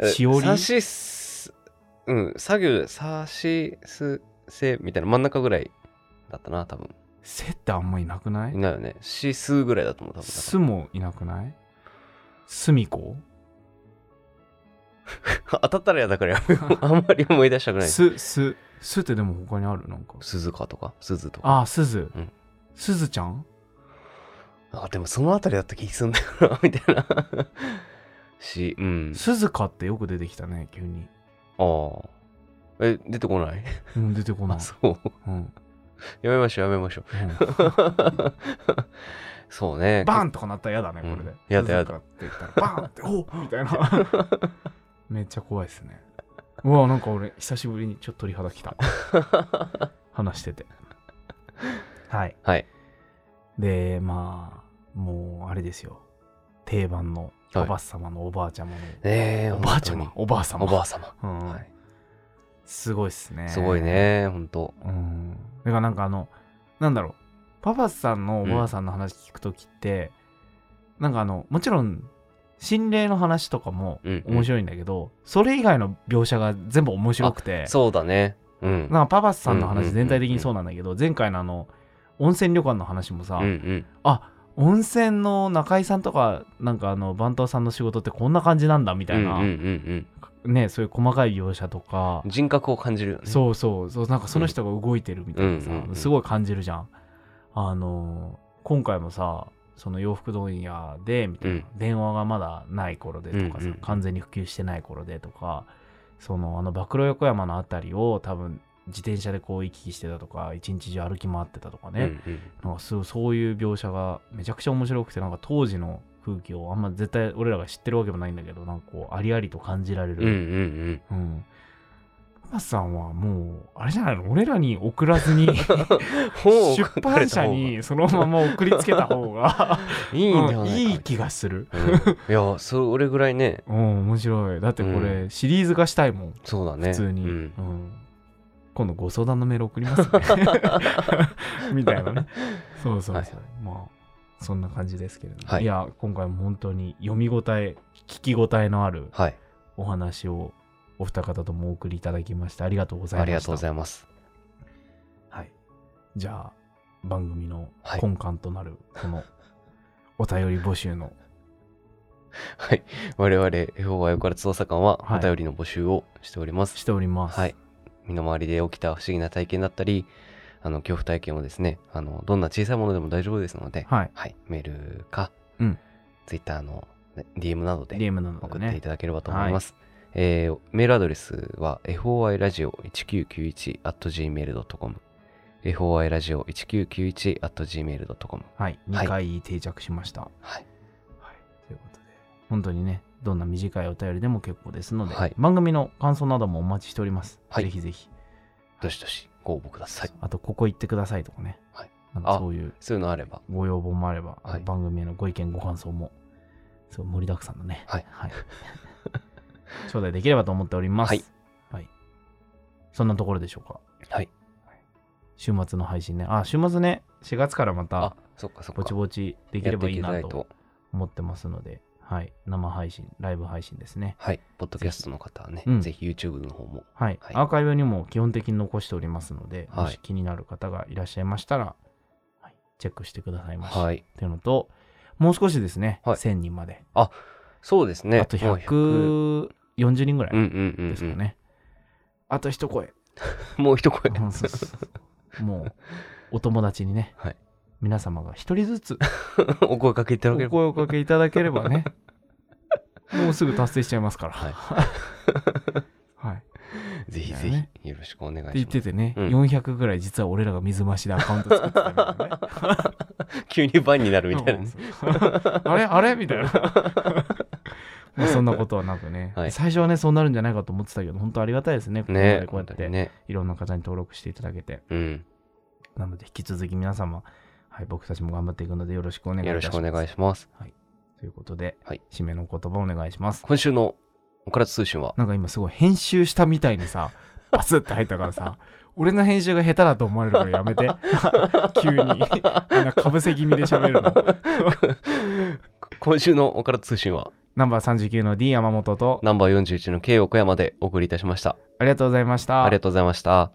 Speaker 3: え
Speaker 1: しおり
Speaker 3: さしす、うん、作業、さしすせみたいな真ん中ぐらいだったな、多分。
Speaker 1: せってあんまいなくない
Speaker 3: いないよね。しすぐらいだと思う、多分。
Speaker 1: すもいなくないすみこ
Speaker 3: 当たったらやだから やめようあんまり思い出したくない。
Speaker 1: すすすってでも他にあるなんか
Speaker 3: 鈴鹿とか、鈴とか。
Speaker 1: ああすず
Speaker 3: うん
Speaker 1: すずちゃん
Speaker 3: あ、でもそのあたりだった気すんだよな、 みたいな。し、うん。
Speaker 1: すずかってよく出てきたね急に、
Speaker 3: ああ。え、出てこない
Speaker 1: うん、出てこない
Speaker 3: あ、、そう。
Speaker 1: うんうん
Speaker 3: やめましょう、やめましょう。そうね。
Speaker 1: バーンとかなったら嫌だね、これで
Speaker 3: うん。やだやだ
Speaker 1: 鈴鹿って言ったら、バーンって、おみたいな。 めっちゃ怖いですね。うわ、なんか俺、久しぶりにちょっと鳥肌き た。話してて。はい。
Speaker 3: はい。
Speaker 1: で、まあ、もう、あれですよ。定番の、
Speaker 3: はい
Speaker 1: おばあ様のおばあちゃまの、
Speaker 3: ねえ、
Speaker 1: おばあちゃま
Speaker 3: 本、
Speaker 1: おばあ
Speaker 3: 当
Speaker 1: 様。
Speaker 3: におばあ様。
Speaker 1: うん
Speaker 3: はい
Speaker 1: すごいっすね。
Speaker 3: すごい。ね、本当
Speaker 1: うん。だからなんかあの、なんだろう、パパさんのおばあさんの話聞くときって、なんかあの、もちろん、心霊の話とかも
Speaker 3: うんうん
Speaker 1: 面白いんだけど、それ以外の描写が全部面白くて、
Speaker 3: そうだね。うん。
Speaker 1: なんかパパさんの
Speaker 3: うんうんうんう
Speaker 1: 話
Speaker 3: ん
Speaker 1: 全体的にそうなんだけど、前回のあの、温泉旅館の話もさ、
Speaker 3: うんうん。
Speaker 1: 温泉の中井さんとか、なんかあの、番頭さんの仕事ってこんな感じなんだみたいな、
Speaker 3: うんうんうん
Speaker 1: ね、そういう細かい描写とか
Speaker 3: うん、人格を感じるよね。
Speaker 1: そうそうそうなんかその人が動いてるみたいなさ、
Speaker 3: うんうんうん
Speaker 1: すごい感じるじゃん。あのー今回もさその洋服問屋でみたいな、
Speaker 3: うん
Speaker 1: 電話がまだない頃でとかさ、
Speaker 3: うんうんうん
Speaker 1: 完全に普及してない頃でとかそのあの暴露横山の辺りを多分自転車でこう行き来してたとか一日中歩き回ってたとか
Speaker 3: うんう
Speaker 1: ね、
Speaker 3: ん。ね。
Speaker 1: なんかそうそういう描写がめちゃくちゃ面白くてなんか当時の空気をあんま絶対俺らが知ってるわけもないんだけどなんかこうありありと感じられる
Speaker 3: うんうん
Speaker 1: うん。高さんはもう、あれじゃないの俺らに送らず に、
Speaker 3: 本を書
Speaker 1: 出
Speaker 3: かれ
Speaker 1: 版
Speaker 3: た
Speaker 1: 社
Speaker 3: 方が
Speaker 1: にそのまま送りつけた方が
Speaker 3: いいんじゃ
Speaker 1: うん
Speaker 3: ないか
Speaker 1: いい気がする。
Speaker 3: うん いやそれぐらいね
Speaker 1: うん、面白い。だってこれ、シリーズ化したいもん、
Speaker 3: そうだね
Speaker 1: 普通に。
Speaker 3: う
Speaker 1: うんん今度ご相談のメール送りますね。 みたいなね。そうそうそう。
Speaker 3: はいはい
Speaker 1: まあ、そんな感じですけれども。
Speaker 3: はい
Speaker 1: いや、今回も本当に読み応え、聞き応えのある
Speaker 3: はい
Speaker 1: お話をお二方ともお送りいただきましてありがとうございました。
Speaker 3: ありがとうございます
Speaker 1: はい、じゃあ番組の
Speaker 3: はい
Speaker 1: 根幹となるこ のお便り募集の、
Speaker 3: はい 我々 FOI から捜査官は
Speaker 1: はい
Speaker 3: お便りの募集をしております
Speaker 1: しております。
Speaker 3: はい。身の回りで起きた不思議な体験だったりあの恐怖体験をですねあのどんな小さいものでも大丈夫ですので
Speaker 1: はい。
Speaker 3: はいメールか、
Speaker 1: うん、
Speaker 3: Twitter のね DM などで
Speaker 1: DM なので
Speaker 3: 送ってい
Speaker 1: ね。
Speaker 3: ただければと思います。えーメールアドレスは foiradio1991.gmail.com foiradio1991.gmail.com
Speaker 1: はい。
Speaker 3: はい
Speaker 1: 2回定着しました。は
Speaker 3: はい。
Speaker 1: い。ということで、本当にね、どんな短いお便りでも結構ですので、
Speaker 3: はい
Speaker 1: 番組の感想などもお待ちしております。
Speaker 3: はい
Speaker 1: ぜひぜひ。
Speaker 3: どしどしご応募ください。
Speaker 1: あと、ここ行ってくださいとかね。
Speaker 3: はい
Speaker 1: なんか
Speaker 3: あ
Speaker 1: そういう
Speaker 3: そういうのあれば。
Speaker 1: ご要望もあれば、
Speaker 3: はい
Speaker 1: 番組へのご意見、ご感想も、そう盛りだくさんだね。
Speaker 3: はい
Speaker 1: はい、 頂戴できればと思っております。
Speaker 3: はい
Speaker 1: はいそんなところでしょうか。
Speaker 3: はい。
Speaker 1: 週末の配信ね。あ、週末ね、4月からま
Speaker 3: あ
Speaker 1: た、、
Speaker 3: そっかそっか。
Speaker 1: ぼちぼちで
Speaker 3: で
Speaker 1: きればいいなと。思ってますので、はい。生配信、ライブ配信ですね。
Speaker 3: はい。ポッドキャストの方はね
Speaker 1: ぜひう、ん
Speaker 3: ぜひ YouTube の方も。
Speaker 1: はい。
Speaker 3: はい
Speaker 1: アーカイブにも基本的に残しておりますので、
Speaker 3: はい
Speaker 1: もし気になる方がいらっしゃいましたら、はいチェックしてくださいまし。
Speaker 3: はい。
Speaker 1: っていうのと、もう少しですね、
Speaker 3: はい
Speaker 1: 1000人まで。
Speaker 3: そうですね。
Speaker 1: あと
Speaker 3: もう100
Speaker 1: 140人ぐら
Speaker 3: うんう
Speaker 1: い
Speaker 3: んうんうん。
Speaker 1: ですかね。あと一声。
Speaker 3: もう一声。
Speaker 1: うんそうそうそう もう、お友達にね、
Speaker 3: はい
Speaker 1: 皆様が一人ず つ
Speaker 3: お声かけいただけれ
Speaker 1: お
Speaker 3: ば。
Speaker 1: 声をかけいただけれ ばね、もうすぐ達成しちゃいますから。
Speaker 3: はい
Speaker 1: はい。っ
Speaker 3: ぜひ
Speaker 1: だよ
Speaker 3: ぜ
Speaker 1: ね
Speaker 3: ひよろしくお願
Speaker 1: て
Speaker 3: い
Speaker 1: 言っ
Speaker 3: して
Speaker 1: てね、
Speaker 3: うん
Speaker 1: 400ぐらい実は俺らが水増しでアカウント作ってたみたい なね。
Speaker 3: ます。急にバンになるみたいなね。
Speaker 1: あれあれみた いな。まあそんなことはなくね、
Speaker 3: はい
Speaker 1: 最初はね、そうなるんじゃないかと思ってたけど、本当ありがたいですね。ここまで
Speaker 3: ね
Speaker 1: こうやっ
Speaker 3: 本当に
Speaker 1: て、
Speaker 3: ね。
Speaker 1: いろんな方に登録していただけて。
Speaker 3: うん。
Speaker 1: なので、引き続き皆様、はい、僕たちも頑張っていくので、よろしくお願いい
Speaker 3: よろ
Speaker 1: た
Speaker 3: し
Speaker 1: しま
Speaker 3: く
Speaker 1: す。
Speaker 3: お願いします。
Speaker 1: ということで、
Speaker 3: はい
Speaker 1: 締めの言葉お願いします。
Speaker 3: 今週のオクラ通信は、
Speaker 1: なんか今すごい編集したみたいに さ、バスって入ったからさ、俺の編集が下手だと思われるからやめ て。急に。なんかぶせ気味で喋るの。
Speaker 3: 今週のオクラ通信は、
Speaker 1: ナンバー39の D 山本と、
Speaker 3: ナンバー41の K 横山でお送りいたしました。
Speaker 1: ありがとうございました。
Speaker 3: ありがとうございました。